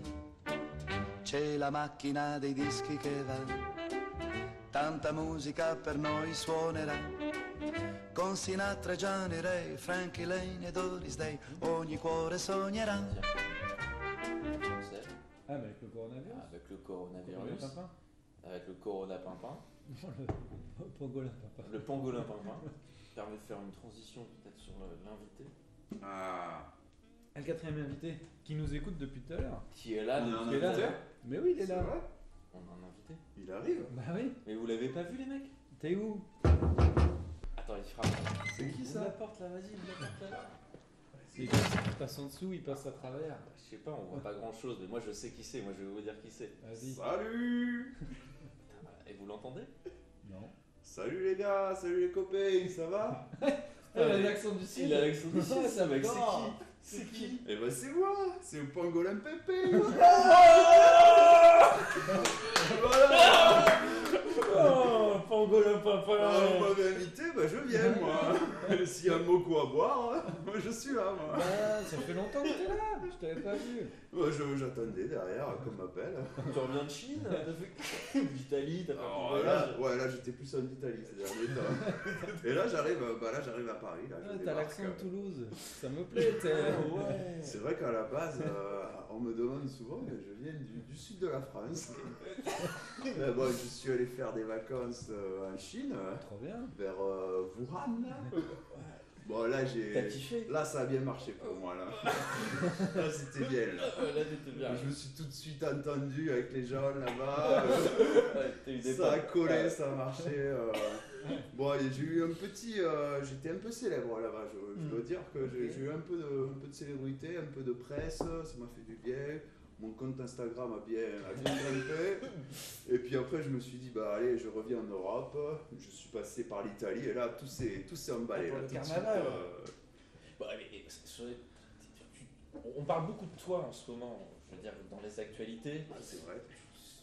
Speaker 6: C'è la macchina dei dischi che va, tanta musica per noi suonerà. Con Sinatra, Gianni Ray, Frankie Lane e Doris Day, ogni cuore sognerà.
Speaker 1: Tiens. On sait,
Speaker 2: Ah, mais avec le coronavirus
Speaker 1: Avec le
Speaker 2: Pangolin
Speaker 1: coronavirus,
Speaker 2: pimpin
Speaker 1: avec le corona pimpin,
Speaker 2: Non, le pangolin pimpin.
Speaker 1: le pangolin pimpin, permet de faire une transition peut-être sur le- l'invité,
Speaker 3: Ah.
Speaker 2: Ah, Le quatrième invité qui nous écoute depuis tout à l'heure.
Speaker 1: qui
Speaker 2: Ah,
Speaker 1: est là,
Speaker 3: Ah, On a
Speaker 1: donc qui est
Speaker 3: un
Speaker 1: là.
Speaker 3: invité
Speaker 2: Mais oui, il est
Speaker 3: C'est
Speaker 2: là.
Speaker 3: vrai
Speaker 1: On a un invité.
Speaker 3: Il arrive.
Speaker 2: Bah oui.
Speaker 1: Mais vous l'avez pas vu, les mecs
Speaker 2: T'es où
Speaker 1: Attends, il frappe.
Speaker 3: C'est qui
Speaker 1: La
Speaker 3: ça
Speaker 1: porte là, vas-y, ouvre la porte là.
Speaker 2: Il passe en dessous, il passe à travers.
Speaker 1: Je sais pas, on voit pas grand chose, mais moi je sais qui c'est, moi je vais vous dire qui c'est. Bah,
Speaker 2: Vas-y.
Speaker 3: Salut.
Speaker 1: Et vous l'entendez
Speaker 2: Non.
Speaker 3: Salut les gars, salut les copains, ça va
Speaker 5: Ah,
Speaker 2: Il a l'accent du
Speaker 1: Ah, Il
Speaker 2: sud.
Speaker 1: a l'accent du sud, ça mec, c'est qui
Speaker 2: Non.
Speaker 1: C'est qui
Speaker 3: Eh ben c'est moi, c'est au pangolin Pépé. voilà.
Speaker 1: Oh, pangolin
Speaker 3: Ah, vous
Speaker 1: pimpin
Speaker 3: m'avez invité, bah je viens moi. S'il y a un moco à boire, hein, moi je suis là moi.
Speaker 2: Bah, ça fait longtemps que t'es là. Je t'avais pas vu.
Speaker 3: Moi, je- J'attendais derrière hein, qu'on m'appelle.
Speaker 1: Tu reviens de Chine T'as fait- d'Italie, t'as fait
Speaker 2: Oh,
Speaker 1: un
Speaker 3: Alors
Speaker 1: voyage.
Speaker 3: Oh, là, ouais, là j'étais plus en Italie ces derniers temps. Et là j'arrive, euh, bah là j'arrive à Paris. Là, je
Speaker 2: Ah, T'as
Speaker 3: débarque. euh,
Speaker 2: l'accent de Toulouse. Ça me plaît. t'es-
Speaker 3: C'est vrai qu'à la base, euh, on me demande souvent, mais je viens du, du sud de la France. Mais bon, je suis allé faire des vacances euh, euh, en Chine, euh,
Speaker 2: Trop bien.
Speaker 3: vers euh, Wuhan. là. Bon, là,
Speaker 1: T'as
Speaker 3: j'ai.
Speaker 1: kiffé
Speaker 3: Là, ça a bien marché pour moi, là. là, c'était bien, là.
Speaker 1: Ouais, Là, t'étais bien.
Speaker 3: Je me suis tout de suite entendu avec les jeunes là-bas. euh,
Speaker 1: Ouais, t'as eu des
Speaker 3: ça a
Speaker 1: potes.
Speaker 3: collé, ça a marché. euh. Bon, et j'ai eu un petit. euh, J'étais un peu célèbre là-bas, je, je dois dire que j'ai j'ai eu un peu, de, un peu de célébrité, un peu de presse, ça m'a fait du bien. Mon compte Instagram a bien, a bien grimpé. Et puis après, je me suis dit, bah allez, je reviens en Europe. Je suis passé par l'Italie et là, tout s'est tout s'est emballé.
Speaker 1: Pour
Speaker 3: là,
Speaker 1: le
Speaker 3: tout de suite,
Speaker 1: carnaval,
Speaker 3: euh,
Speaker 1: Bah, mais, et, c'est- c'est- tu- on parle beaucoup de toi en ce moment, je veux dire, dans les actualités.
Speaker 3: ah, c'est vrai.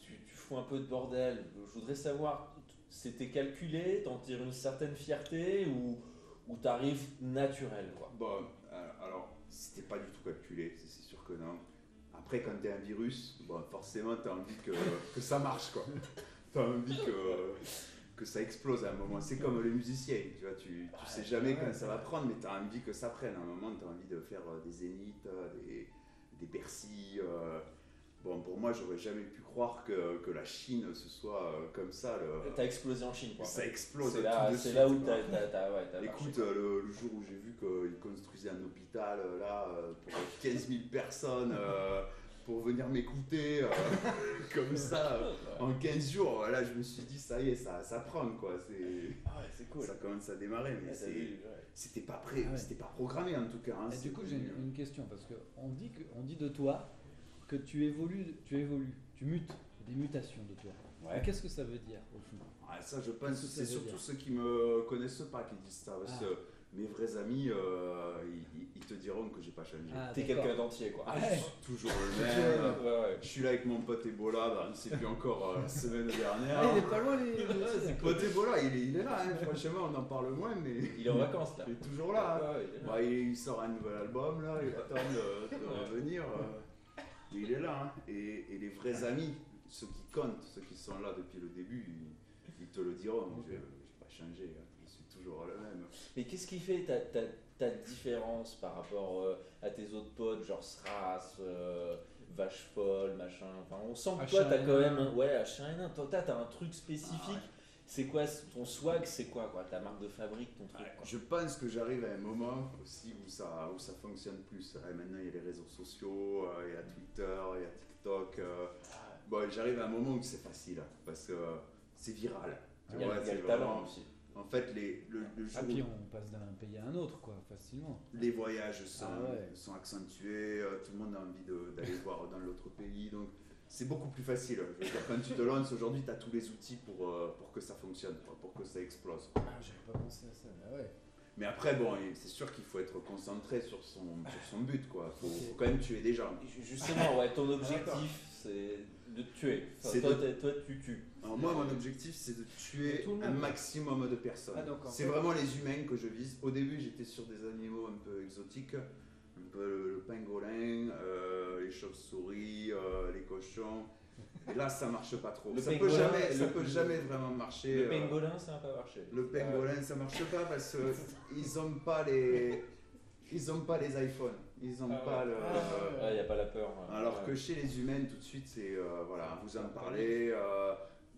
Speaker 1: Tu, tu fous un peu de bordel. Je voudrais savoir, c'était calculé, t'en tires une certaine fierté ou, ou t'arrives naturel, quoi.
Speaker 3: Bon, alors, alors, c'était pas du tout calculé, c'est- c'est sûr que non. Après, quand t'es un virus, bon, forcément, t'as envie que, que ça marche, quoi. T'as envie que, que ça explose à un moment. C'est comme les musiciens, tu vois, tu, tu sais jamais quand ça va prendre, mais t'as envie que ça prenne. À un moment, t'as envie de faire euh, des zéniths, euh, des, des Bercy. euh. Bon, pour moi, j'aurais jamais pu croire que, que la Chine, ce soit euh, comme ça. le-
Speaker 1: T'as explosé en Chine, quoi.
Speaker 3: ça explose
Speaker 1: C'est
Speaker 3: tout
Speaker 1: là,
Speaker 3: de
Speaker 1: c'est
Speaker 3: suite,
Speaker 1: là où
Speaker 3: quoi.
Speaker 1: t'as t'as- t'as- ouais, t'as marché.
Speaker 3: Écoute, euh, le, le jour où j'ai vu qu'ils construisaient un hôpital euh, là euh, pour 15 000 personnes euh, pour venir m'écouter euh, comme ça euh, en 15 jours, euh, là je me suis dit ça y est, ça, ça prend quoi. c'est-
Speaker 1: Ah ouais, c'est cool.
Speaker 3: Ça commence à démarrer,
Speaker 1: Ouais,
Speaker 3: mais
Speaker 1: t'as
Speaker 3: c'est-
Speaker 1: vu, ouais.
Speaker 3: c'était pas prêt,
Speaker 2: Ah ouais.
Speaker 3: c'était pas programmé en tout cas. hein,
Speaker 2: Et
Speaker 3: c'est
Speaker 2: du coup, j'ai
Speaker 3: venu,
Speaker 2: une, une question parce que on dit que on dit de toi que tu évolues, tu évolues, tu mutes, des mutations de toi.
Speaker 3: Ouais.
Speaker 2: Mais Qu'est-ce que ça veut dire au fond
Speaker 3: Ah, ça, je pense
Speaker 2: Qu'est-ce
Speaker 3: que
Speaker 2: que
Speaker 3: c'est
Speaker 2: ça veut
Speaker 3: surtout
Speaker 2: dire
Speaker 3: ceux qui me connaissent pas qui disent ça. Parce
Speaker 2: Ah.
Speaker 3: que mes vrais amis, euh, ils, ils- ils te diront que j'ai pas changé.
Speaker 2: Ah,
Speaker 1: T'es
Speaker 2: d'accord.
Speaker 1: quelqu'un d'entier, quoi.
Speaker 3: Ah, je suis toujours le
Speaker 1: Ouais,
Speaker 3: même.
Speaker 1: ouais, ouais.
Speaker 3: Je suis là avec mon pote Ebola, bah, il s'est vu encore euh, la semaine dernière.
Speaker 2: Ah, il est pas loin les.
Speaker 3: Pote Ebola, il est, il est là, hein, franchement, on en parle moins, mais
Speaker 1: Il est en vacances, là.
Speaker 3: il est toujours là.
Speaker 1: Ouais,
Speaker 3: hein.
Speaker 1: ouais, il est là.
Speaker 3: Bah, il, il sort un nouvel album, là, il attend de, de revenir. euh. Mais il est là, hein. et, et les vrais amis, ceux qui comptent, ceux qui sont là depuis le début, ils, ils te le diront. Je n'ai pas changé, hein. je suis toujours le même. hein.
Speaker 1: Mais qu'est-ce qui fait ta, ta, ta différence par rapport euh, à tes autres potes, genre Sras, euh, Vache Folle, machin enfin, On sent que toi, t'as
Speaker 2: H1N1.
Speaker 1: quand même. un- Ouais, H1N1, toi, t'as t'as un truc spécifique.
Speaker 3: Ah ouais.
Speaker 1: C'est quoi ton swag C'est quoi, quoi Ta marque de fabrique, ton truc
Speaker 3: Ouais,
Speaker 1: quoi.
Speaker 3: Je pense que j'arrive à un moment aussi où ça, où ça fonctionne plus. Ouais, maintenant, il y a les réseaux sociaux, euh, il y a Twitter, il y a TikTok. euh. Bon, j'arrive à un moment où c'est facile, parce que euh, c'est viral. Tu
Speaker 1: Il y a,
Speaker 3: vois,
Speaker 1: il y a
Speaker 3: c'est
Speaker 1: le talent
Speaker 3: vraiment-
Speaker 1: aussi.
Speaker 3: En fait, les, le, le
Speaker 2: Ah
Speaker 3: jour
Speaker 2: puis
Speaker 3: où
Speaker 2: on passe d'un pays à un autre quoi, facilement.
Speaker 3: les voyages sont,
Speaker 2: Ah ouais.
Speaker 3: sont accentués, euh, tout le monde a envie de- d'aller voir dans l'autre pays, donc c'est beaucoup plus facile. hein. Je veux dire, quand tu te lances aujourd'hui, tu as tous les outils pour, euh, pour que ça fonctionne, quoi, pour que ça explose.
Speaker 5: J'avais pas pensé à ça, mais ouais.
Speaker 3: Mais après, bon, et c'est sûr qu'il faut être concentré sur son, sur son but, quoi. Faut, faut quand même tuer des gens.
Speaker 1: Ju- Justement, ouais, ton
Speaker 3: Ah, d'accord.
Speaker 1: objectif, c'est de te tuer. Enfin,
Speaker 3: C'est
Speaker 1: toi,
Speaker 3: de-
Speaker 1: t'es- toi, tu tues.
Speaker 3: Alors moi, mon objectif, c'est de tuer
Speaker 2: Tout le
Speaker 3: un
Speaker 2: monde.
Speaker 3: maximum de personnes.
Speaker 2: Ah, donc, en
Speaker 3: c'est
Speaker 2: fait-
Speaker 3: vraiment les humains que je vise. Au début, j'étais sur des animaux un peu exotiques, un peu le, le pangolin, euh, les chauves-souris, euh, les cochons. Et là, ça marche pas trop.
Speaker 1: Le
Speaker 3: ça peut
Speaker 1: pangolin,
Speaker 3: jamais,
Speaker 1: ça
Speaker 3: ça peut
Speaker 1: peut-
Speaker 3: jamais vraiment marcher.
Speaker 1: le
Speaker 3: euh,
Speaker 1: pangolin, ça n'a pas marché.
Speaker 3: Le pangolin, ça marche pas parce qu'ils ont pas les, ils ont pas les iPhones, ils ont
Speaker 5: Ah
Speaker 3: pas
Speaker 5: ouais.
Speaker 3: le.
Speaker 5: Ah
Speaker 1: Il n'y a pas la peur. ouais.
Speaker 3: Alors
Speaker 1: Ouais.
Speaker 3: que chez les humains, tout de suite, c'est euh, voilà, vous en parlez. euh,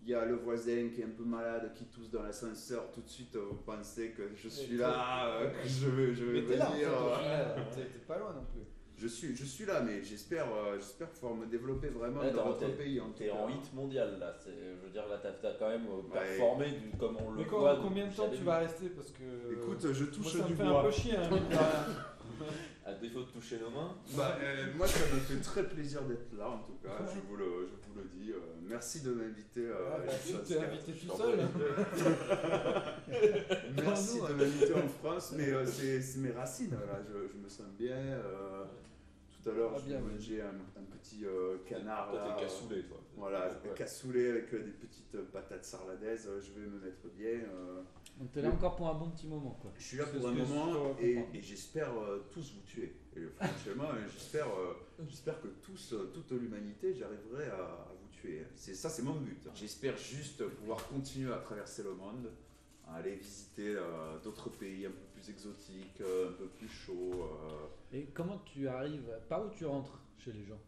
Speaker 3: Il y a le voisin qui est un peu malade, qui tousse dans l'ascenseur. Tout de suite, euh, vous pensez que je suis là, euh, que je vais, je vais
Speaker 5: Mais t'es là, en fait,
Speaker 3: venir.
Speaker 5: au
Speaker 3: euh.
Speaker 5: final. T'es- T'es pas loin non plus.
Speaker 3: Je suis, je suis là, mais j'espère, euh, j'espère pouvoir me développer vraiment
Speaker 1: Ouais,
Speaker 3: dans
Speaker 1: t'as-
Speaker 3: votre
Speaker 1: t'es-
Speaker 3: pays. En
Speaker 1: T'es
Speaker 3: tout
Speaker 1: en
Speaker 3: cas.
Speaker 1: hit mondial là, c'est- je veux dire là t'as t'as quand même euh,
Speaker 3: Ouais.
Speaker 1: performé du- comme on le
Speaker 5: Mais
Speaker 1: voit.
Speaker 5: quand- combien de
Speaker 1: depuis
Speaker 5: temps tu
Speaker 1: jamais.
Speaker 5: vas rester Parce que.
Speaker 3: Écoute, je
Speaker 5: Euh, moi,
Speaker 3: touche
Speaker 5: ça
Speaker 3: du
Speaker 5: me fait
Speaker 3: bois.
Speaker 5: un peu chier, hein, mine de rien.
Speaker 1: À défaut de toucher nos mains.
Speaker 3: Bah, euh, moi, ça me fait très plaisir d'être là, en tout cas. Je vous le, je vous le dis. euh, merci de m'inviter. euh,
Speaker 5: Ah, bah,
Speaker 3: à
Speaker 5: tu
Speaker 3: Jazz
Speaker 5: t'es
Speaker 3: Cat.
Speaker 5: invité
Speaker 3: Je
Speaker 5: tout
Speaker 3: t'en
Speaker 5: seul. hein.
Speaker 3: prie. merci
Speaker 5: Pardon,
Speaker 3: de m'inviter en France, mais euh, c'est c'est mes racines. Voilà, je, je me sens bien. euh, tout à l'heure,
Speaker 2: Ah,
Speaker 3: j'ai
Speaker 2: bien, ouais.
Speaker 3: mangé un, un petit euh, canard.
Speaker 1: Toi
Speaker 3: là,
Speaker 1: t'es
Speaker 3: euh,
Speaker 1: cassoulé toi.
Speaker 3: Voilà,
Speaker 1: Ouais.
Speaker 3: cassoulet avec euh, des petites euh, patates sarladaises. euh, Je vais me mettre bien. euh,
Speaker 2: Donc t'es là
Speaker 3: Oui.
Speaker 2: encore pour un bon petit moment quoi.
Speaker 3: je suis là
Speaker 5: C'est
Speaker 3: pour un
Speaker 5: ce que je
Speaker 3: moment
Speaker 5: dois
Speaker 3: et,
Speaker 5: comprendre.
Speaker 3: et j'espère euh, tous vous tuer. Et franchement, euh, j'espère, euh, j'espère que tous, euh, toute l'humanité, j'arriverai à, à vous tuer. C'est ça, c'est mon but. J'espère juste pouvoir continuer à traverser le monde, à aller visiter euh, d'autres pays un peu plus exotiques, euh, un peu plus chauds. euh.
Speaker 2: Et comment tu arrives Par où tu rentres chez les gens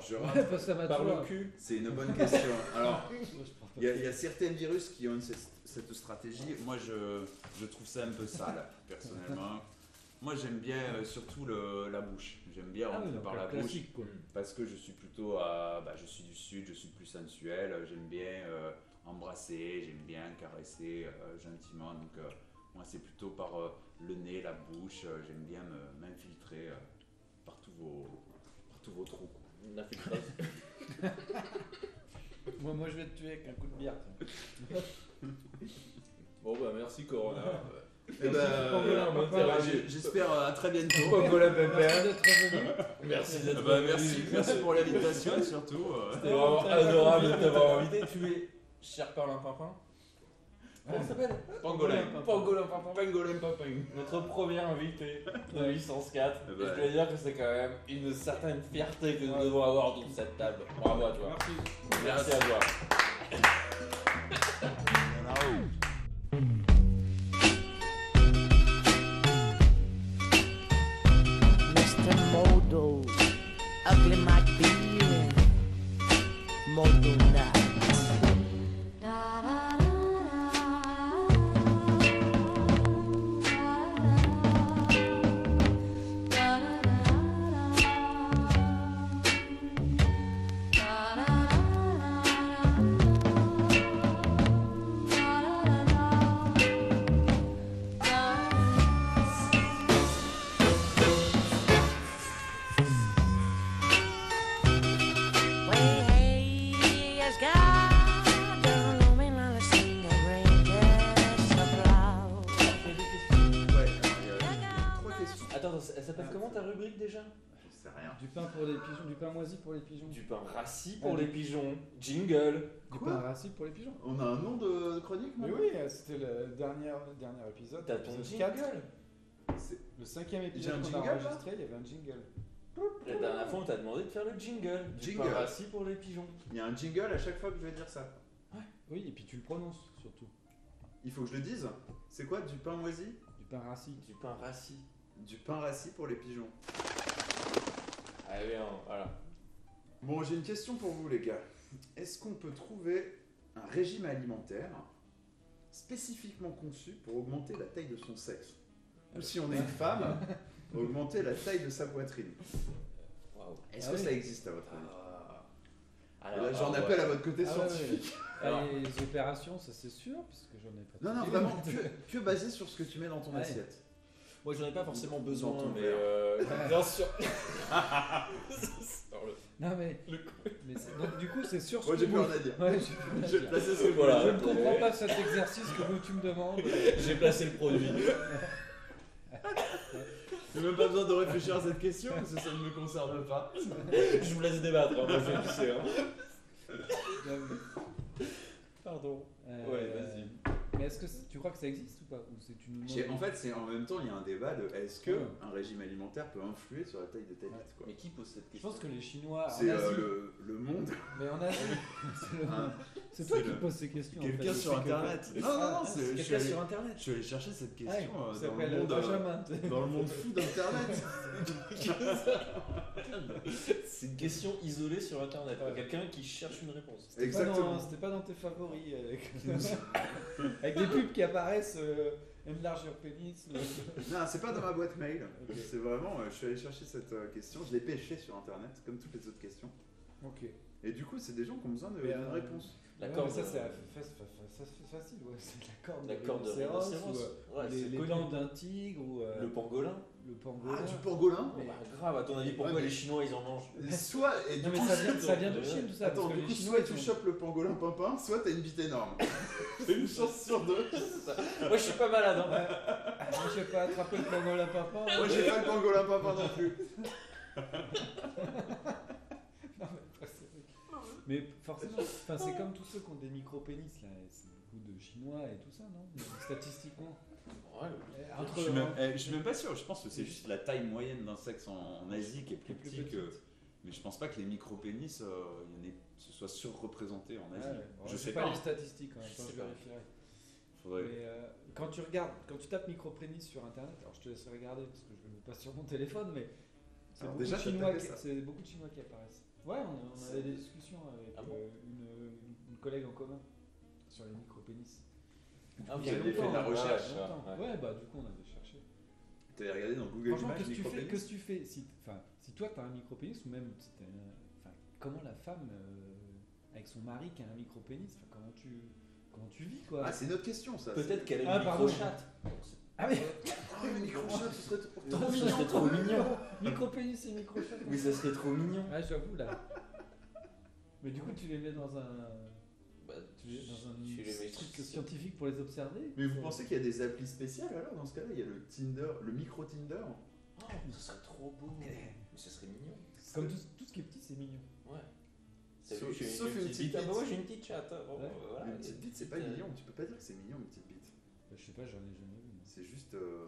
Speaker 3: je rate.
Speaker 2: Parce que ça va
Speaker 1: Par
Speaker 2: toi.
Speaker 1: le cul
Speaker 3: C'est une bonne question. Alors,
Speaker 2: Moi, je pense pas.
Speaker 3: il y, a- il y a certains virus qui ont cette, cette stratégie. Moi, je, je trouve ça un peu sale, personnellement. Moi, j'aime bien euh, surtout le- la bouche. J'aime bien
Speaker 2: Ah
Speaker 3: rentrer
Speaker 2: oui, donc
Speaker 3: par
Speaker 2: la
Speaker 3: la bouche.
Speaker 2: classique quoi.
Speaker 3: Parce que je suis plutôt à. Bah, je suis du sud, je suis plus sensuel, euh, j'aime bien euh, embrasser, j'aime bien caresser euh, gentiment. Donc, euh, moi, c'est plutôt par euh, le nez, la bouche, euh, j'aime bien me- m'infiltrer euh, par, tous vos, par tous vos trous. quoi.
Speaker 1: L'infiltration.
Speaker 2: Moi, moi je vais te tuer avec un coup de bière. tiens.
Speaker 1: Bon bah merci Corona. Euh,
Speaker 3: Eh ben,
Speaker 5: hein,
Speaker 1: Pamela, bon
Speaker 3: bah,
Speaker 1: courage.
Speaker 3: j- J'espère euh, à très bientôt.
Speaker 1: Coca-Cola
Speaker 2: Merci
Speaker 1: Pepper.
Speaker 2: d'être revenu.
Speaker 1: Merci
Speaker 3: Ah
Speaker 1: d'être
Speaker 3: bah,
Speaker 1: venu.
Speaker 3: merci, merci pour l'invitation et surtout. euh,
Speaker 1: C'était vraiment adorable de t'avoir invité. Tu es cher Parlin Pimpin. Comment ça s'appelle
Speaker 3: Pangolin.
Speaker 1: Pangolin Pimpin.
Speaker 3: Pangolin Papin.
Speaker 1: Notre premier invité de 804.
Speaker 3: Eh
Speaker 1: Et
Speaker 3: ben.
Speaker 1: je dois dire que c'est quand même une certaine fierté que nous devons avoir autour de cette table. Bravo à toi.
Speaker 2: Merci.
Speaker 1: Merci à toi.
Speaker 7: Mr. Modo, ugly my beard, Modo nuts.
Speaker 3: Ouais, alors, il y a trois questions.
Speaker 1: Attends, attends, elle s'appelle comment ta rubrique déjà
Speaker 3: J'en sais rien.
Speaker 2: Du pain pour les pigeons, du pain moisi pour les pigeons.
Speaker 1: Du pain rassis pour les pigeons. Jingle.
Speaker 2: Du
Speaker 3: Quoi
Speaker 2: pain rassis pour les pigeons.
Speaker 3: On a un nom de, de chronique
Speaker 2: Mais
Speaker 3: maintenant
Speaker 2: oui, euh, c'était le dernier, dernier épisode.
Speaker 1: T'as ton
Speaker 2: épisode
Speaker 1: jingle.
Speaker 2: 4.
Speaker 3: C'est-
Speaker 2: Le cinquième
Speaker 3: J'ai un
Speaker 2: épisode qu'on
Speaker 3: jingle,
Speaker 2: a
Speaker 3: là
Speaker 2: enregistré, il y avait un jingle.
Speaker 1: La dernière fois, on t'a demandé de faire le jingle. Du pain
Speaker 3: Jingle.
Speaker 1: rassis pour les pigeons.
Speaker 3: Il y a un jingle à chaque fois que je vais dire ça.
Speaker 2: Oui, et puis tu le prononces surtout.
Speaker 3: Il faut que je le dise. C'est quoi du pain moisi
Speaker 2: Du pain rassis.
Speaker 1: Du pain rassis.
Speaker 3: Du pain rassis pour les pigeons.
Speaker 1: Ah oui, on- voilà.
Speaker 3: Bon, j'ai une question pour vous, les gars. Est-ce qu'on peut trouver un régime alimentaire spécifiquement conçu pour augmenter la taille de son sexe Ou si on est une femme, augmenter la taille de sa poitrine
Speaker 1: Waouh.
Speaker 3: Est-ce
Speaker 2: Ah
Speaker 3: que
Speaker 2: oui.
Speaker 3: ça existe à votre avis
Speaker 1: Ah.
Speaker 3: Et
Speaker 1: Alors,
Speaker 3: là, j'en
Speaker 1: alors,
Speaker 3: appelle
Speaker 1: ouais.
Speaker 3: à votre côté
Speaker 2: Ah ouais,
Speaker 3: scientifique.
Speaker 1: Alors-
Speaker 2: Et les opérations, ça c'est sûr, parce que j'en ai pas.
Speaker 3: Non, non,
Speaker 2: trouvé.
Speaker 3: vraiment, que, que basé sur ce que tu mets dans ton
Speaker 2: Ouais.
Speaker 3: assiette.
Speaker 1: Moi, j'en ai pas forcément besoin,
Speaker 3: Dans ton
Speaker 1: mais
Speaker 3: verre.
Speaker 1: euh, bien sûr. Dans le-
Speaker 2: Non, mais.
Speaker 1: Le
Speaker 2: mais c'est- donc, du coup, c'est sûr ce
Speaker 3: Moi,
Speaker 2: que
Speaker 3: j'ai plus
Speaker 2: vous-
Speaker 3: rien à dire.
Speaker 2: Ouais, j'ai plus rien à
Speaker 3: Je vais
Speaker 2: dire.
Speaker 3: placer ce que
Speaker 1: Voilà.
Speaker 2: Je ne comprends pas cet exercice que vous, tu me demandes.
Speaker 1: J'ai placé le produit.
Speaker 3: J'ai même pas besoin de réfléchir à cette question, parce que ça ne me concerne pas.
Speaker 1: Je vous laisse débattre. hein, moi, c'est- c'est- hein.
Speaker 2: Pardon. Euh,
Speaker 1: Ouais, vas-y.
Speaker 2: Mais est-ce que c- tu crois que ça existe ou pas Ou c'est une.
Speaker 3: J'ai- En fait, c'est en même temps, il y a un débat de est-ce que un régime alimentaire peut influer sur la taille de ta
Speaker 2: Ouais.
Speaker 3: bite quoi.
Speaker 1: Mais qui pose cette
Speaker 2: je
Speaker 1: question
Speaker 2: pense que les Chinois. En Asie,
Speaker 3: C'est euh, le, le monde.
Speaker 2: Ah, Mais en Asie, c'est le-
Speaker 3: hein.
Speaker 2: c'est toi
Speaker 3: c'est
Speaker 2: qui
Speaker 3: le-
Speaker 2: poses ces questions. en fait,
Speaker 3: Quelqu'un
Speaker 2: le
Speaker 3: sur
Speaker 2: psychopathe.
Speaker 3: internet. Non, non, non,
Speaker 2: Ah,
Speaker 3: c'est- je, suis
Speaker 2: quelqu'un
Speaker 3: allé,
Speaker 2: sur internet.
Speaker 3: je suis allé chercher cette question
Speaker 2: Ah Ouais,
Speaker 3: euh,
Speaker 2: ça
Speaker 3: dans, le
Speaker 2: s'appelle
Speaker 3: monde, euh,
Speaker 2: Benjamin.
Speaker 3: dans le monde fou d'internet.
Speaker 1: C'est une question isolée sur internet.
Speaker 2: Ouais.
Speaker 1: Quelqu'un qui cherche une réponse.
Speaker 2: Exactement.
Speaker 3: Exactement.
Speaker 2: C'était pas dans tes favoris. euh, Avec, avec des pubs qui apparaissent. euh, Une largeur pénis. le-
Speaker 3: Non, c'est pas dans ma boîte mail.
Speaker 2: Ok.
Speaker 3: C'est vraiment, euh, je suis allé chercher cette euh, question. Je l'ai pêchée sur internet, comme toutes les autres questions.
Speaker 2: Ok.
Speaker 3: Et du coup, c'est des gens qui ont besoin de-
Speaker 2: Mais,
Speaker 3: d'une
Speaker 2: euh,
Speaker 3: réponse.
Speaker 1: La
Speaker 2: Ouais,
Speaker 1: corde.
Speaker 2: mais ça, c'est
Speaker 1: euh,
Speaker 2: fa- fa- fa- ça, c'est facile, ouais. C'est la corde.
Speaker 1: La
Speaker 2: de
Speaker 1: corde de
Speaker 2: rhinocéros,
Speaker 1: rhinocéros.
Speaker 2: ou, euh,
Speaker 1: Ouais,
Speaker 2: les,
Speaker 1: c'est
Speaker 2: les
Speaker 1: connu.
Speaker 2: dents d'un tigre ou euh,
Speaker 1: Le pangolin.
Speaker 2: le pangolin.
Speaker 3: Ah, du pangolin
Speaker 1: Bah, grave, à ton avis, pourquoi
Speaker 3: Ouais, mais-
Speaker 1: les Chinois ils en mangent
Speaker 3: Soit, et du
Speaker 2: Non, mais
Speaker 3: coup,
Speaker 2: ça vient,
Speaker 1: c'est-
Speaker 2: ça vient de Chine, tout ça.
Speaker 3: Attends,
Speaker 2: parce que
Speaker 3: du
Speaker 2: les
Speaker 3: coup,
Speaker 2: Chinois,
Speaker 3: soit
Speaker 2: ils
Speaker 3: tu
Speaker 2: sont-
Speaker 3: chopes le pangolin pimpin, soit t'as une bite énorme. C'est une chance sur deux.
Speaker 1: Moi je suis pas malade. Hein.
Speaker 2: Moi, j'ai Ah, pas attrapé le pangolin papa.
Speaker 3: Moi, j'ai pas le pangolin pimpin non plus.
Speaker 2: Non, mais, pas ça. Mais forcément, enfin, c'est comme tous ceux qui ont des micro-pénis, là. et C'est beaucoup de Chinois et tout ça, non Statistiquement.
Speaker 1: Ouais,
Speaker 2: Eh,
Speaker 3: Je
Speaker 2: Entre
Speaker 3: suis, même, eh, je suis même pas sûr, je pense que c'est juste la taille moyenne d'un sexe en, en Asie qui est plus,
Speaker 2: Qui est plus
Speaker 3: petit que.
Speaker 2: petite.
Speaker 3: Mais je pense pas que les micro-pénis euh, il y en ait- se soient surreprésentés en
Speaker 2: Ouais,
Speaker 3: Asie.
Speaker 2: ouais.
Speaker 3: je sais
Speaker 2: pas
Speaker 3: pas.
Speaker 2: les statistiques, hein,
Speaker 3: Je
Speaker 2: attends,
Speaker 3: sais
Speaker 2: je
Speaker 3: pas.
Speaker 2: vérifierai.
Speaker 3: Faudrait-
Speaker 2: Mais euh, quand tu regardes, quand tu tapes microprénis sur internet, alors je te laisse regarder parce que je ne le mets pas sur mon téléphone, mais c'est
Speaker 3: Alors
Speaker 2: beaucoup, de
Speaker 3: déjà, t'as
Speaker 2: Chinois
Speaker 3: tapé
Speaker 2: qui-
Speaker 3: ça.
Speaker 2: c'est beaucoup de Chinois qui apparaissent. Ouais, on, on
Speaker 5: C'est-
Speaker 2: avait des discussions avec
Speaker 5: Ah bon
Speaker 2: euh, une, une collègue en commun sur les micro-pénis.
Speaker 5: Ah, vous
Speaker 2: Il y a
Speaker 5: avez
Speaker 2: longtemps,
Speaker 5: fait de la
Speaker 2: hein,
Speaker 5: recherche.
Speaker 2: il y a longtemps. Ouais, bah du coup on avait cherché.
Speaker 3: T'avais regardé dans Google
Speaker 2: Franchement,
Speaker 3: Images
Speaker 2: qu'est-ce que tu fais,
Speaker 3: micro-pénis
Speaker 2: qu'est-ce que tu fais si, enfin, si toi t'as un micro-pénis ou même si t'as un- enfin, comment la femme euh, avec son mari qui a un micro-pénis, enfin, comment tu, comment tu vis quoi
Speaker 3: Ah, c'est notre question ça.
Speaker 1: Peut-être
Speaker 3: c'est-
Speaker 1: qu'elle
Speaker 2: Ah,
Speaker 1: a une
Speaker 2: pardon.
Speaker 1: micro-chatte.
Speaker 2: Ah oui,
Speaker 3: Oh, le micro-chat, ce serait trop-
Speaker 1: Ça serait trop mignon.
Speaker 2: micro-pénis et micro-chat.
Speaker 1: Mais ça serait trop mignon.
Speaker 2: Ah j'avoue là. Mais du coup tu les mets dans un,
Speaker 5: Bah,
Speaker 2: tu les- dans un
Speaker 5: tu les mets-
Speaker 2: truc scientifique pour les observer.
Speaker 3: Mais vous pensez qu'il y a des applis spéciales alors dans ce cas-là Il y a le Tinder, le micro-Tinder
Speaker 5: Oh, ce serait trop beau. Mais ce serait mignon.
Speaker 2: Comme tout, tout ce qui est petit c'est mignon.
Speaker 5: Ouais.
Speaker 3: Sauf- sauf une petite
Speaker 5: Ah, bah,
Speaker 3: bite.
Speaker 5: moi j'ai une petite chatte. hein. Bon,
Speaker 2: Ouais.
Speaker 5: euh, voilà,
Speaker 3: Une petite bite, c'est pas
Speaker 5: euh,
Speaker 3: mignon. Tu peux pas dire que c'est mignon une petite bite.
Speaker 2: Bah, je sais pas, j'en ai jamais vu. moi.
Speaker 3: C'est juste. euh,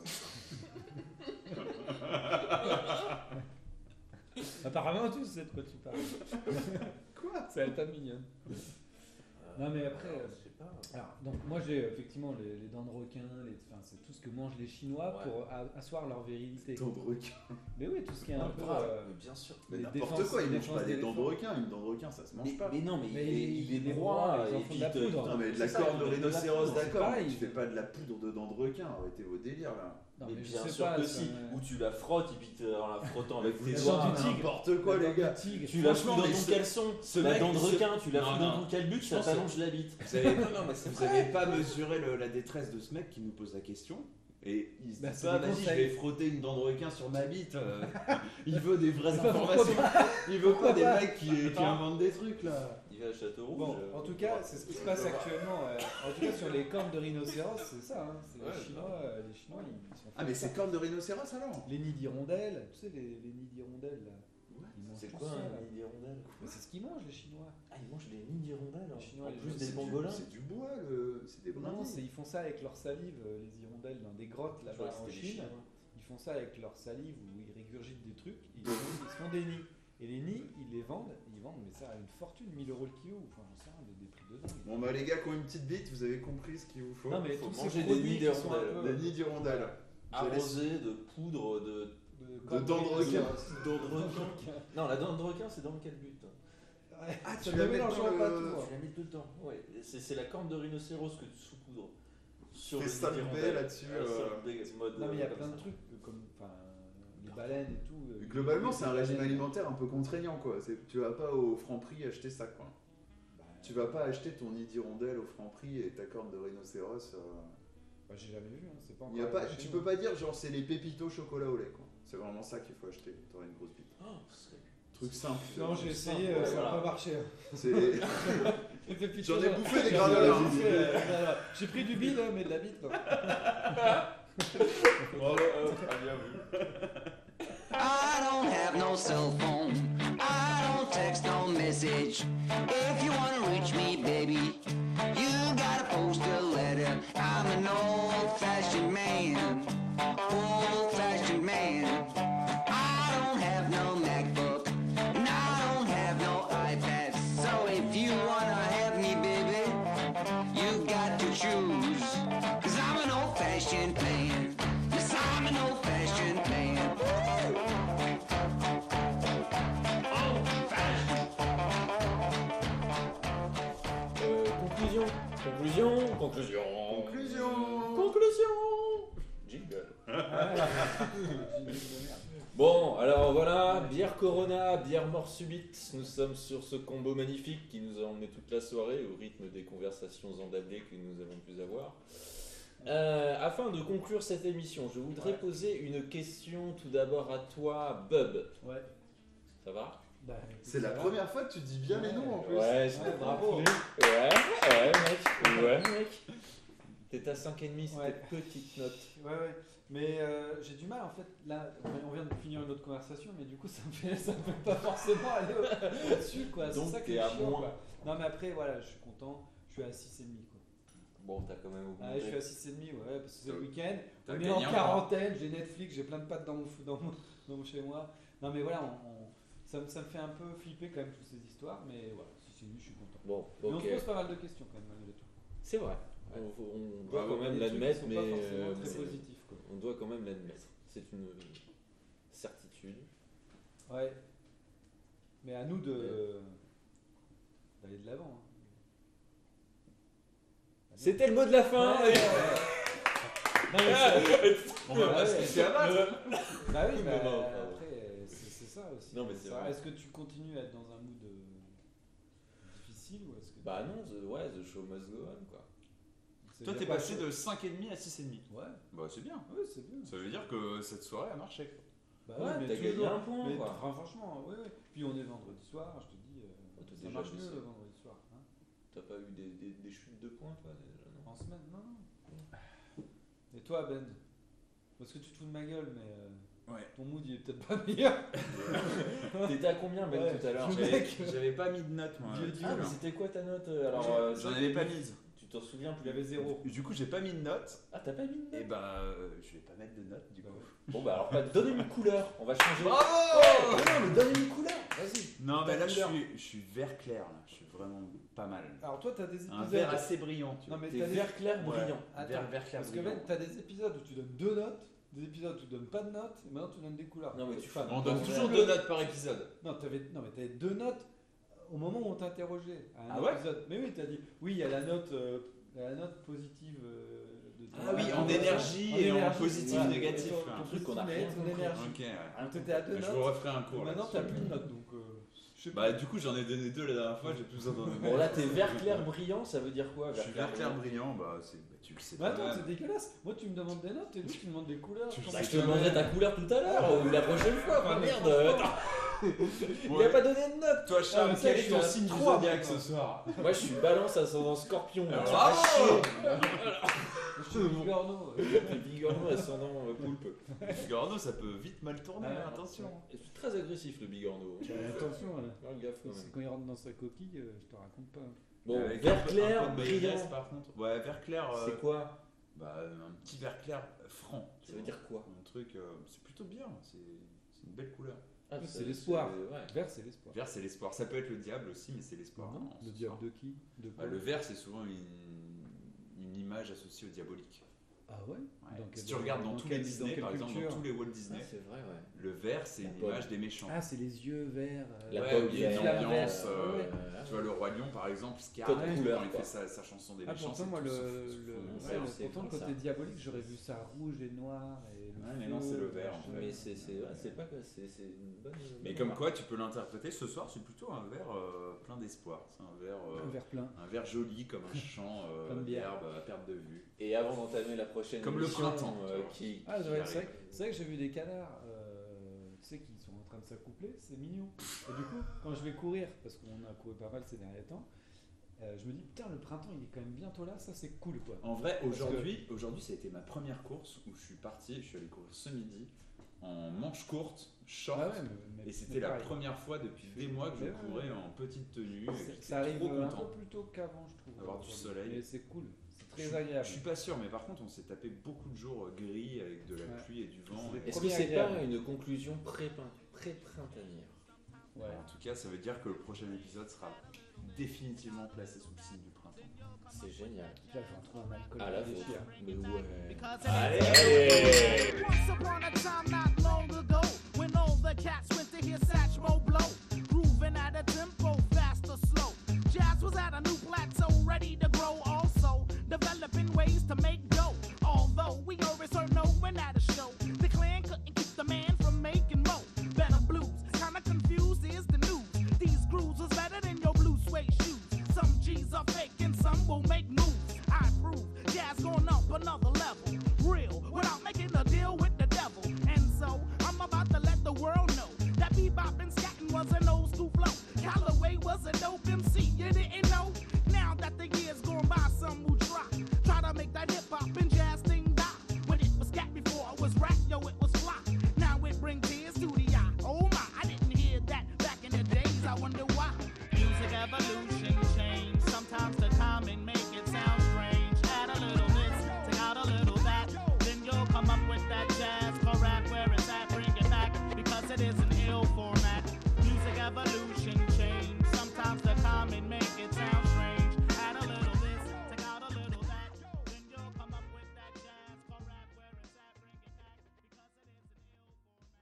Speaker 2: Apparemment, tu sais de quoi tu parles.
Speaker 3: Quoi
Speaker 2: Ça va être mignonne.
Speaker 5: euh,
Speaker 2: Non, mais après,
Speaker 5: alors,
Speaker 2: euh,
Speaker 5: Je sais pas.
Speaker 2: Alors, donc moi j'ai euh, effectivement les, les dents de requin, les- enfin, c'est tout ce que mangent les Chinois
Speaker 5: Ouais.
Speaker 2: pour a- asseoir leur virilité.
Speaker 3: Dents de requin.
Speaker 2: Mais oui, tout ce qui est
Speaker 5: Non,
Speaker 2: un
Speaker 5: mais
Speaker 2: peu.
Speaker 5: grave,
Speaker 2: euh,
Speaker 5: mais bien sûr.
Speaker 3: Mais
Speaker 2: Les
Speaker 3: n'importe
Speaker 2: défenses-
Speaker 3: quoi, ils
Speaker 2: les
Speaker 3: mangent pas
Speaker 2: défenses
Speaker 3: des
Speaker 2: des
Speaker 3: dents de
Speaker 2: éléphants.
Speaker 3: requin. Une dent de requin, ça se mange
Speaker 1: Mais,
Speaker 3: pas.
Speaker 1: mais non, mais,
Speaker 2: Mais
Speaker 1: il, est, il est
Speaker 2: il est
Speaker 1: droit,
Speaker 2: droit, ils en
Speaker 1: et
Speaker 2: font
Speaker 1: puis
Speaker 2: de la
Speaker 1: te-
Speaker 2: poudre.
Speaker 3: Putain, mais de
Speaker 2: C'est
Speaker 3: la
Speaker 2: ça,
Speaker 3: corde
Speaker 2: ils
Speaker 3: de
Speaker 2: mettent de la
Speaker 3: rhinocéros,
Speaker 2: poudre, c'est
Speaker 3: d'accord. mais
Speaker 2: pareil.
Speaker 3: Tu fais pas de la poudre de dents de requin, arrêtez vos délires là.
Speaker 2: non,
Speaker 1: mais
Speaker 2: mais je
Speaker 1: bien
Speaker 2: sais
Speaker 1: sûr
Speaker 2: pas,
Speaker 1: que
Speaker 2: ça-
Speaker 1: si. Ou tu la frottes et puis te- en la frottant avec tes
Speaker 3: êtes
Speaker 2: dents
Speaker 1: doigts.
Speaker 2: du
Speaker 1: hein.
Speaker 2: tigre.
Speaker 3: N'importe quoi,
Speaker 2: La
Speaker 3: les
Speaker 2: dent de
Speaker 3: gars.
Speaker 2: tigre.
Speaker 1: Tu la fous
Speaker 3: Franchement,
Speaker 1: dans
Speaker 3: mais
Speaker 1: ton
Speaker 3: ce-
Speaker 1: caleçon.
Speaker 3: ce
Speaker 1: la
Speaker 3: mec,
Speaker 1: dent de
Speaker 3: ce-
Speaker 1: requin, tu la
Speaker 5: Non,
Speaker 1: fous
Speaker 5: non.
Speaker 1: dans ton calbut, ça
Speaker 5: pense que-
Speaker 1: t'allonge la bite.
Speaker 3: Vous avez,
Speaker 5: Non, non, mais c'est
Speaker 3: vous avez pas mesuré le- la détresse de ce mec qui nous pose la question et il se
Speaker 2: Bah,
Speaker 3: dit
Speaker 2: c'est
Speaker 3: pas
Speaker 2: des
Speaker 3: vas-y je
Speaker 2: conseils.
Speaker 3: vais frotter une dent de requin sur ma bite euh, il veut des vraies
Speaker 2: Bah, pourquoi
Speaker 3: informations il veut pas
Speaker 2: Pourquoi
Speaker 3: des
Speaker 2: pas
Speaker 3: mecs qui, qui
Speaker 2: Attends.
Speaker 3: inventent des trucs là
Speaker 1: Il va à Châteauroux.
Speaker 2: Bon, en tout cas, c'est ce qui se passe actuellement. euh, en tout cas, sur les cornes de rhinocéros, c'est ça. hein, c'est
Speaker 5: Ouais,
Speaker 2: les
Speaker 1: bah
Speaker 2: Chinois, euh, les Chinois, ils sont.
Speaker 3: ah mais c'est corne de rhinocéros alors
Speaker 2: Les nids d'hirondelles, tu sais, les, les nids d'hirondelles là. Ils mangent
Speaker 1: C'est
Speaker 2: tout
Speaker 1: quoi hein,
Speaker 2: ça, là.
Speaker 1: un nid d'hirondelle
Speaker 2: Mais c'est ce qu'ils mangent, les Chinois.
Speaker 1: Ah, ils mangent des nids d'hirondelles.
Speaker 2: Les Chinois,
Speaker 1: En
Speaker 2: les
Speaker 1: plus
Speaker 2: gens,
Speaker 1: des
Speaker 3: du-
Speaker 1: pangolins.
Speaker 3: c'est du bois le c'est des
Speaker 2: Non, non, c'est-
Speaker 3: brindilles
Speaker 2: ils font ça avec leur salive, euh, les hirondelles, dans des grottes
Speaker 1: Je crois
Speaker 2: là-bas
Speaker 1: que
Speaker 2: en
Speaker 1: c'était des
Speaker 2: Chine.
Speaker 1: Chinois.
Speaker 2: Ils font ça avec leur salive où ils régurgitent des trucs, ils font, ils font des nids. Et les nids, ils les vendent, ils vendent, mais ça à une fortune, 1000 euros le kilo, ou enfin, j'en sais rien, des, des prix de dingue.
Speaker 3: bon bah les gars qui ont une petite bite vous avez compris ce qu'il vous faut
Speaker 2: non, mais Ah,
Speaker 1: faut
Speaker 2: tous ces
Speaker 1: manger des
Speaker 2: produits
Speaker 1: nids
Speaker 2: qui sont un
Speaker 1: d'hirondelles.
Speaker 2: peu-
Speaker 3: des nids d'hirondelles
Speaker 1: Arrosé de poudre de.
Speaker 3: de
Speaker 2: cornes
Speaker 3: dents de requin
Speaker 1: dents de requin. Non, la dent de requin, c'est dans hein le calbut.
Speaker 3: ah
Speaker 2: Ça
Speaker 3: tu
Speaker 2: ne
Speaker 3: la mets dans
Speaker 2: mélangera pas
Speaker 3: le
Speaker 2: tout, hein.
Speaker 1: Tu la mets dedans, ouais. C'est c'est la corne de rhinocéros que tu saupoudres. Sur
Speaker 3: Fais
Speaker 1: le
Speaker 3: Salt Bae là-dessus, euh,
Speaker 1: mode.
Speaker 2: Non, mais il y a
Speaker 1: euh,
Speaker 2: plein
Speaker 1: comme
Speaker 2: de
Speaker 1: ça.
Speaker 2: trucs, euh, comme enfin, les baleines et tout. euh,
Speaker 3: globalement
Speaker 2: les
Speaker 3: c'est un régime
Speaker 2: baleines.
Speaker 3: alimentaire un peu contraignant quoi C'est- tu vas pas au franc prix acheter ça quoi
Speaker 2: Bah,
Speaker 3: Tu vas pas acheter ton nid d'hirondelle au franc prix et ta corne de rhinocéros. euh,
Speaker 2: bah, j'ai jamais vu, hein, c'est pas
Speaker 3: il y a
Speaker 2: encore
Speaker 3: pas,
Speaker 2: arrivé
Speaker 3: tu
Speaker 2: chez
Speaker 3: peux
Speaker 2: nous.
Speaker 3: pas dire genre c'est les pépitos chocolat au lait quoi. C'est vraiment ça qu'il faut acheter quand t'auras une grosse bite.
Speaker 5: Oh, ce serait-
Speaker 3: Truc simple.
Speaker 2: Non, j'ai essayé,
Speaker 1: Ouais,
Speaker 2: euh, ça n'a
Speaker 1: voilà.
Speaker 2: pas marché. hein.
Speaker 3: C'est- J'en ai bouffé des hein.
Speaker 2: J'en ai
Speaker 3: granolas.
Speaker 2: bouffé, euh, des granolas. J'ai pris du bide, hein, mais de la bite, non.
Speaker 8: I don't have no cell phone. I don't text no message. If you wanna reach me, baby, you gotta post a letter. I'm an old-fashioned man, old-fashioned man. I don't have no MacBook, and I don't have no iPad. So if you wanna have me, baby, you got to choose. Cause I'm an old-fashioned man. Yes, I'm an old-fashioned man.
Speaker 1: Euh, conclusion. Conclusion. Conclusion.
Speaker 3: Conclusion.
Speaker 1: Conclusion. Jingle.
Speaker 2: Ah,
Speaker 1: Bon, alors voilà, bière Corona, bière mort subite. Nous sommes sur ce combo magnifique qui nous a emmené toute la soirée au rythme des conversations endablées que nous avons pu avoir. Euh, afin de conclure cette émission, je voudrais poser une question tout d'abord à toi, Bub.
Speaker 2: ouais.
Speaker 1: Ça va
Speaker 2: Bah,
Speaker 3: C'est la
Speaker 2: ça va.
Speaker 3: première fois que tu dis bien les noms en plus.
Speaker 1: Ouais,
Speaker 2: Ouais,
Speaker 1: c'est-
Speaker 2: bravo.
Speaker 1: Ouais, ouais, mec. Ouais, mec. T'es à 5,5, c'était
Speaker 2: Ouais.
Speaker 1: petite note.
Speaker 2: Ouais, ouais. Mais euh, j'ai du mal en fait. Là, on- on vient de finir une autre conversation, mais du coup, ça me fait, ça me fait pas forcément aller au- au-dessus, quoi. C'est
Speaker 1: Donc,
Speaker 2: ça qui
Speaker 1: t'es
Speaker 2: est
Speaker 1: à
Speaker 2: chiant,
Speaker 1: moins.
Speaker 2: quoi. Non, mais après, voilà, je suis content. Je suis à 6,5, quoi.
Speaker 1: Bon, t'as quand même oublié.
Speaker 2: Ouais, je suis à 6,5, ouais, parce que c'est le
Speaker 3: T'as-
Speaker 2: week-end.
Speaker 3: t'as
Speaker 2: On est
Speaker 3: gagné
Speaker 2: en
Speaker 3: un mois.
Speaker 2: quarantaine, j'ai Netflix, j'ai plein de pattes dans mon, fou- dans mon, dans mon chez moi. Non, mais voilà, on- on- ça, me, ça me fait un peu flipper quand même toutes ces histoires, mais voilà, si c'est lui, je suis content.
Speaker 1: Bon,
Speaker 2: Mais on
Speaker 1: ok.
Speaker 2: se pose pas mal de questions quand même, malgré tout.
Speaker 1: C'est vrai.
Speaker 2: Ouais.
Speaker 1: On, on doit
Speaker 3: Bravo.
Speaker 1: quand même
Speaker 2: Il y a des
Speaker 1: l'admettre,
Speaker 2: trucs qui
Speaker 1: mais
Speaker 2: sont pas
Speaker 1: euh,
Speaker 2: forcément très
Speaker 1: c'est-
Speaker 2: positifs, quoi.
Speaker 1: on doit quand même
Speaker 3: Ah
Speaker 1: l'admettre. C'est une certitude.
Speaker 2: Ouais. Mais Mais à nous de d'aller de l'avant. hein.
Speaker 1: C'était le mot de la
Speaker 3: Bah
Speaker 1: fin.
Speaker 2: Ouais.
Speaker 3: On va pas
Speaker 2: Ouais.
Speaker 3: se laisser abattre.
Speaker 2: Bah oui, bah,
Speaker 1: Non, non, pardon.
Speaker 2: après, euh, c'est c'est ça aussi.
Speaker 1: Non, mais c'est
Speaker 2: Ça,
Speaker 1: vrai.
Speaker 2: Est-ce que tu continues à être dans un mood euh, difficile ou est-ce que
Speaker 1: Bah non, the, ouais, the show must go on quoi.
Speaker 2: C'est
Speaker 3: Toi,
Speaker 2: déjà
Speaker 3: t'es
Speaker 2: pas
Speaker 3: passé
Speaker 2: chaud.
Speaker 3: de 5,5 à 6,5.
Speaker 2: Ouais,
Speaker 3: Bah, c'est bien.
Speaker 2: ouais, c'est bien.
Speaker 3: Ça veut dire que cette soirée a marché. quoi.
Speaker 2: Bah
Speaker 1: Ouais,
Speaker 2: oui, mais
Speaker 1: t'as gagné
Speaker 2: toujours.
Speaker 1: un point,
Speaker 2: Mais
Speaker 1: quoi.
Speaker 2: enfin, franchement, ouais, ouais. Puis on est vendredi soir, je te dis. euh,
Speaker 1: Oh, t'as
Speaker 2: ça
Speaker 1: déjà
Speaker 2: marche
Speaker 1: vu
Speaker 2: mieux
Speaker 1: ça.
Speaker 2: le vendredi soir. hein.
Speaker 1: T'as pas eu des, des- des chutes de points toi déjà non
Speaker 2: en semaine, non, non. Et toi, Ben Parce que tu te fous de ma gueule, mais. euh,
Speaker 3: Ouais.
Speaker 2: Ton mood, il est peut-être pas meilleur.
Speaker 1: T'étais à combien même
Speaker 2: Ouais,
Speaker 1: tout à l'heure
Speaker 2: je-
Speaker 1: J'avais-
Speaker 3: J'avais
Speaker 2: mec.
Speaker 3: j'avais pas mis de note, moi.
Speaker 2: Dieu
Speaker 3: tout
Speaker 2: du
Speaker 3: à
Speaker 1: Ah mais
Speaker 3: l'heure.
Speaker 1: c'était quoi ta note euh, Alors euh,
Speaker 3: J'en avais pas mise.
Speaker 1: Tu t'en souviens
Speaker 2: Il
Speaker 1: plus
Speaker 2: avait zéro.
Speaker 3: Du coup, j'ai pas mis de note.
Speaker 1: Ah t'as pas mis de
Speaker 3: Et
Speaker 1: note
Speaker 3: bah, euh, je vais pas mettre de note, du
Speaker 2: Bah
Speaker 3: coup.
Speaker 2: ouais.
Speaker 1: Bon bah alors bah, donne-nous une couleur, on va changer.
Speaker 3: Oh, Bravo
Speaker 1: Ouais, non mais donne-nous une couleur, vas-y.
Speaker 3: Non, mais là, je
Speaker 1: Couleur.
Speaker 3: suis, je suis vert clair, là. Je suis vraiment pas mal.
Speaker 2: Alors, toi, t'as des
Speaker 3: Un vert
Speaker 2: épisodes.
Speaker 3: assez brillant, tu
Speaker 2: Non,
Speaker 3: vois.
Speaker 2: mais
Speaker 1: T'es
Speaker 2: t'as des-
Speaker 1: vert clair brillant.
Speaker 3: Un Vert, vert clair
Speaker 2: Parce que
Speaker 3: brillant.
Speaker 2: même, t'as des épisodes où tu donnes deux notes, des épisodes où tu donnes pas de notes, et maintenant tu donnes des couleurs.
Speaker 1: Non, mais tu
Speaker 2: Enfin,
Speaker 1: fais-
Speaker 3: On
Speaker 1: On
Speaker 3: donne
Speaker 1: donne
Speaker 3: toujours deux notes par épisode.
Speaker 2: Non, t'avais, non, mais t'avais deux notes au moment où on t'interrogeait. à un
Speaker 3: Ah ouais
Speaker 2: épisode. Mais oui, t'as dit, oui, il y a la note, euh, la note positive euh, de ton-
Speaker 3: Ah oui, en
Speaker 2: ton-
Speaker 3: énergie et en
Speaker 2: énergie,
Speaker 3: positif,
Speaker 2: voilà.
Speaker 3: négatif, hein.
Speaker 2: Et ton-
Speaker 3: là.
Speaker 2: ton
Speaker 1: Un truc qu'on a
Speaker 2: positif,
Speaker 1: rien
Speaker 2: ton
Speaker 1: compris.
Speaker 2: énergie.
Speaker 3: Ok, hein. ouais.
Speaker 2: Alors, t'étais à deux
Speaker 3: Je
Speaker 2: notes.
Speaker 3: vous referai un
Speaker 2: et
Speaker 3: cours.
Speaker 2: maintenant,
Speaker 3: là-dessus,
Speaker 2: t'as plus de
Speaker 3: mais-
Speaker 2: notes, donc euh, je sais
Speaker 3: Bah,
Speaker 2: pas.
Speaker 3: du coup, j'en ai donné deux la dernière fois, j'ai plus besoin d'en
Speaker 1: Bon
Speaker 3: donner.
Speaker 1: là t'es vert clair brillant, ça veut dire quoi
Speaker 3: Je suis vert clair brillant, bah, c'est- bah, tu le sais
Speaker 2: Mais
Speaker 3: pas.
Speaker 2: attends, c'est dégueulasse. Moi, tu me demandes des notes et lui, tu me demandes des couleurs.
Speaker 3: Tu
Speaker 2: Comment
Speaker 1: Bah,
Speaker 3: sais
Speaker 1: je
Speaker 2: tu
Speaker 1: te
Speaker 3: jamais.
Speaker 1: demanderai ta couleur tout à l'heure ou la prochaine fois.
Speaker 2: Ah,
Speaker 1: bah,
Speaker 2: mais
Speaker 1: merde,
Speaker 2: franchement.
Speaker 1: il a pas donné de note.
Speaker 3: Toi,
Speaker 2: Ah,
Speaker 3: Charles,
Speaker 2: mais ça,
Speaker 3: quel
Speaker 2: je
Speaker 3: est
Speaker 2: suis
Speaker 3: ton
Speaker 2: à
Speaker 3: signe du
Speaker 2: trois,
Speaker 3: zodiaque
Speaker 2: maintenant.
Speaker 3: ce soir
Speaker 1: Moi Ah, je suis balance ascendant scorpion.
Speaker 3: Alors, ah.
Speaker 1: Ça va
Speaker 3: bravo
Speaker 1: chier.
Speaker 2: Je suis Bigorneau.
Speaker 1: Et Bigorneau ascendant euh, poulpe.
Speaker 3: Bigorneau, ça peut vite mal tourner,
Speaker 2: Ah,
Speaker 3: hein, attention.
Speaker 1: Et C'est très agressif le Bigorneau.
Speaker 2: Attention, là.
Speaker 1: Faire gaffe quand même.
Speaker 2: Quand il rentre dans sa coquille, euh, je te raconte pas.
Speaker 1: Bon,
Speaker 3: Euh, Avec un
Speaker 1: vert
Speaker 3: peu- un
Speaker 1: clair
Speaker 3: peu de maïs,
Speaker 1: brillant.
Speaker 3: par contre. Ouais, vert clair. euh,
Speaker 1: C'est quoi
Speaker 3: Bah, euh, un petit vert clair euh, franc. tu
Speaker 1: Ça veut
Speaker 3: vois.
Speaker 1: dire quoi
Speaker 3: Un truc, euh, c'est plutôt bien, c'est c'est une belle couleur.
Speaker 1: Ah,
Speaker 2: C'est
Speaker 1: ça-
Speaker 2: l'espoir.
Speaker 1: c'est- ouais.
Speaker 2: Vert, c'est l'espoir.
Speaker 3: Vert, c'est l'espoir. Ça peut être le diable aussi, mais c'est l'espoir.
Speaker 2: Non,
Speaker 3: hein, en
Speaker 2: le
Speaker 3: ce
Speaker 2: diable
Speaker 3: sens.
Speaker 2: de qui De
Speaker 3: Bah,
Speaker 2: quoi
Speaker 3: le vert, c'est souvent une, une image associée au diabolique.
Speaker 2: Ah ouais
Speaker 3: Ouais.
Speaker 2: Dans
Speaker 3: si
Speaker 2: quelle-
Speaker 3: tu regardes dans,
Speaker 2: dans
Speaker 3: tous
Speaker 2: quelle-
Speaker 3: les Disney,
Speaker 2: dans quelle
Speaker 3: par exemple, dans
Speaker 2: culture
Speaker 3: tous les Walt
Speaker 1: Ah,
Speaker 3: Disney,
Speaker 1: c'est vrai, ouais.
Speaker 3: le vert, c'est
Speaker 1: La
Speaker 3: une
Speaker 1: pomme.
Speaker 3: image des méchants.
Speaker 2: Ah, c'est les yeux verts. euh,
Speaker 1: La
Speaker 3: Ouais,
Speaker 1: pomme
Speaker 3: il y a
Speaker 1: verte,
Speaker 3: une ambiance,
Speaker 1: la-
Speaker 3: euh,
Speaker 1: ouais.
Speaker 3: Tu vois, le roi lion, par exemple, Scar,
Speaker 1: Code
Speaker 3: quand
Speaker 1: couleur,
Speaker 3: il
Speaker 1: quoi.
Speaker 3: fait sa, sa chanson des
Speaker 2: Ah,
Speaker 3: méchants,
Speaker 2: pourtant,
Speaker 3: c'est
Speaker 2: moi,
Speaker 3: tout
Speaker 2: le,
Speaker 3: sauf- sauf-
Speaker 2: le-
Speaker 3: sauf-
Speaker 1: ouais,
Speaker 2: ouais,
Speaker 1: c'est
Speaker 2: pourtant, le
Speaker 1: comme
Speaker 2: côté
Speaker 1: ça.
Speaker 2: diabolique, j'aurais vu ça rouge et noir. Et le
Speaker 3: Ouais, mais
Speaker 2: feu,
Speaker 3: non, c'est le vert,
Speaker 2: machin.
Speaker 3: en
Speaker 1: Mais c'est c'est- ouais, c'est pas quoi, c'est c'est une bonne.
Speaker 3: Mais
Speaker 1: bonne
Speaker 3: comme
Speaker 1: remarque.
Speaker 3: quoi, tu peux l'interpréter. Ce soir, c'est plutôt un verre euh, plein d'espoir. C'est un verre, euh,
Speaker 2: Un vert plein.
Speaker 3: un verre joli comme un champ euh,
Speaker 2: Plein de bière.
Speaker 3: d'herbe à perte de vue.
Speaker 1: Et avant d'entamer la prochaine
Speaker 3: Comme le
Speaker 1: émission,
Speaker 3: printemps,
Speaker 1: euh,
Speaker 3: tu vois.
Speaker 1: qui
Speaker 2: Ah, ouais,
Speaker 3: Qui
Speaker 2: c'est
Speaker 3: arrive.
Speaker 2: vrai, que- c'est vrai que j'ai vu des canards, euh, tu sais, qui sont en train de s'accoupler, c'est mignon. Et du coup, quand je vais courir, parce qu'on a couru pas mal ces derniers temps, euh, je me dis, putain, le printemps, il est quand même bientôt là, ça c'est cool quoi.
Speaker 3: En vrai,
Speaker 2: Parce que-
Speaker 3: aujourd'hui, aujourd'hui, ça a été ma première course où je suis parti. Je suis allé courir ce midi en manche courte, short.
Speaker 2: Ah ouais, mais- mais-
Speaker 3: Et c'était
Speaker 2: mais
Speaker 3: la
Speaker 2: pareil.
Speaker 3: première fois depuis des mois que je
Speaker 2: Mais ouais,
Speaker 3: courais en petite tenue. et
Speaker 2: Ça-
Speaker 3: j'étais
Speaker 2: Ça arrive euh,
Speaker 3: trop
Speaker 2: un
Speaker 3: content.
Speaker 2: peu plus tôt qu'avant, je trouve.
Speaker 3: Avoir du soleil.
Speaker 2: Mais c'est cool, c'est
Speaker 3: Je
Speaker 2: très
Speaker 3: suis-
Speaker 2: agréable.
Speaker 3: Je suis pas sûr, mais par contre, on s'est tapé beaucoup de jours euh, gris avec de la
Speaker 2: Ouais.
Speaker 3: pluie et du vent.
Speaker 2: C'est
Speaker 3: et-
Speaker 2: des
Speaker 1: Est-ce que
Speaker 2: Premier
Speaker 1: c'est pas
Speaker 2: agréable.
Speaker 1: une conclusion pré-prin- pré-printanière
Speaker 2: Ouais.
Speaker 3: En tout cas, ça veut dire que le prochain épisode sera définitivement placé sous le signe du printemps.
Speaker 1: C'est génial.
Speaker 2: Là, j'en trouve un alcool
Speaker 3: Ah,
Speaker 1: À la
Speaker 2: qui déchire.
Speaker 1: vôtre. Mais ouais.
Speaker 3: Allez
Speaker 7: Once upon a time, not long ago, when all the cats went to hear Satchmo blow, grooving at a tempo, fast or slow. Jazz was at a new plateau, ready to grow, also developing ways to make dough. Although we always heard no when at a show, the clan couldn't keep the man from making mo. Better blues, kinda confused is the news. These grooves was better than your blue suede shoes. Some G's are fake and some will make moves. I prove jazz going up another level. Real, without making a deal with the devil. And so, I'm about to let the world know that bebop and scatting was an old school flow. Callaway was a dope MC, you didn't Oh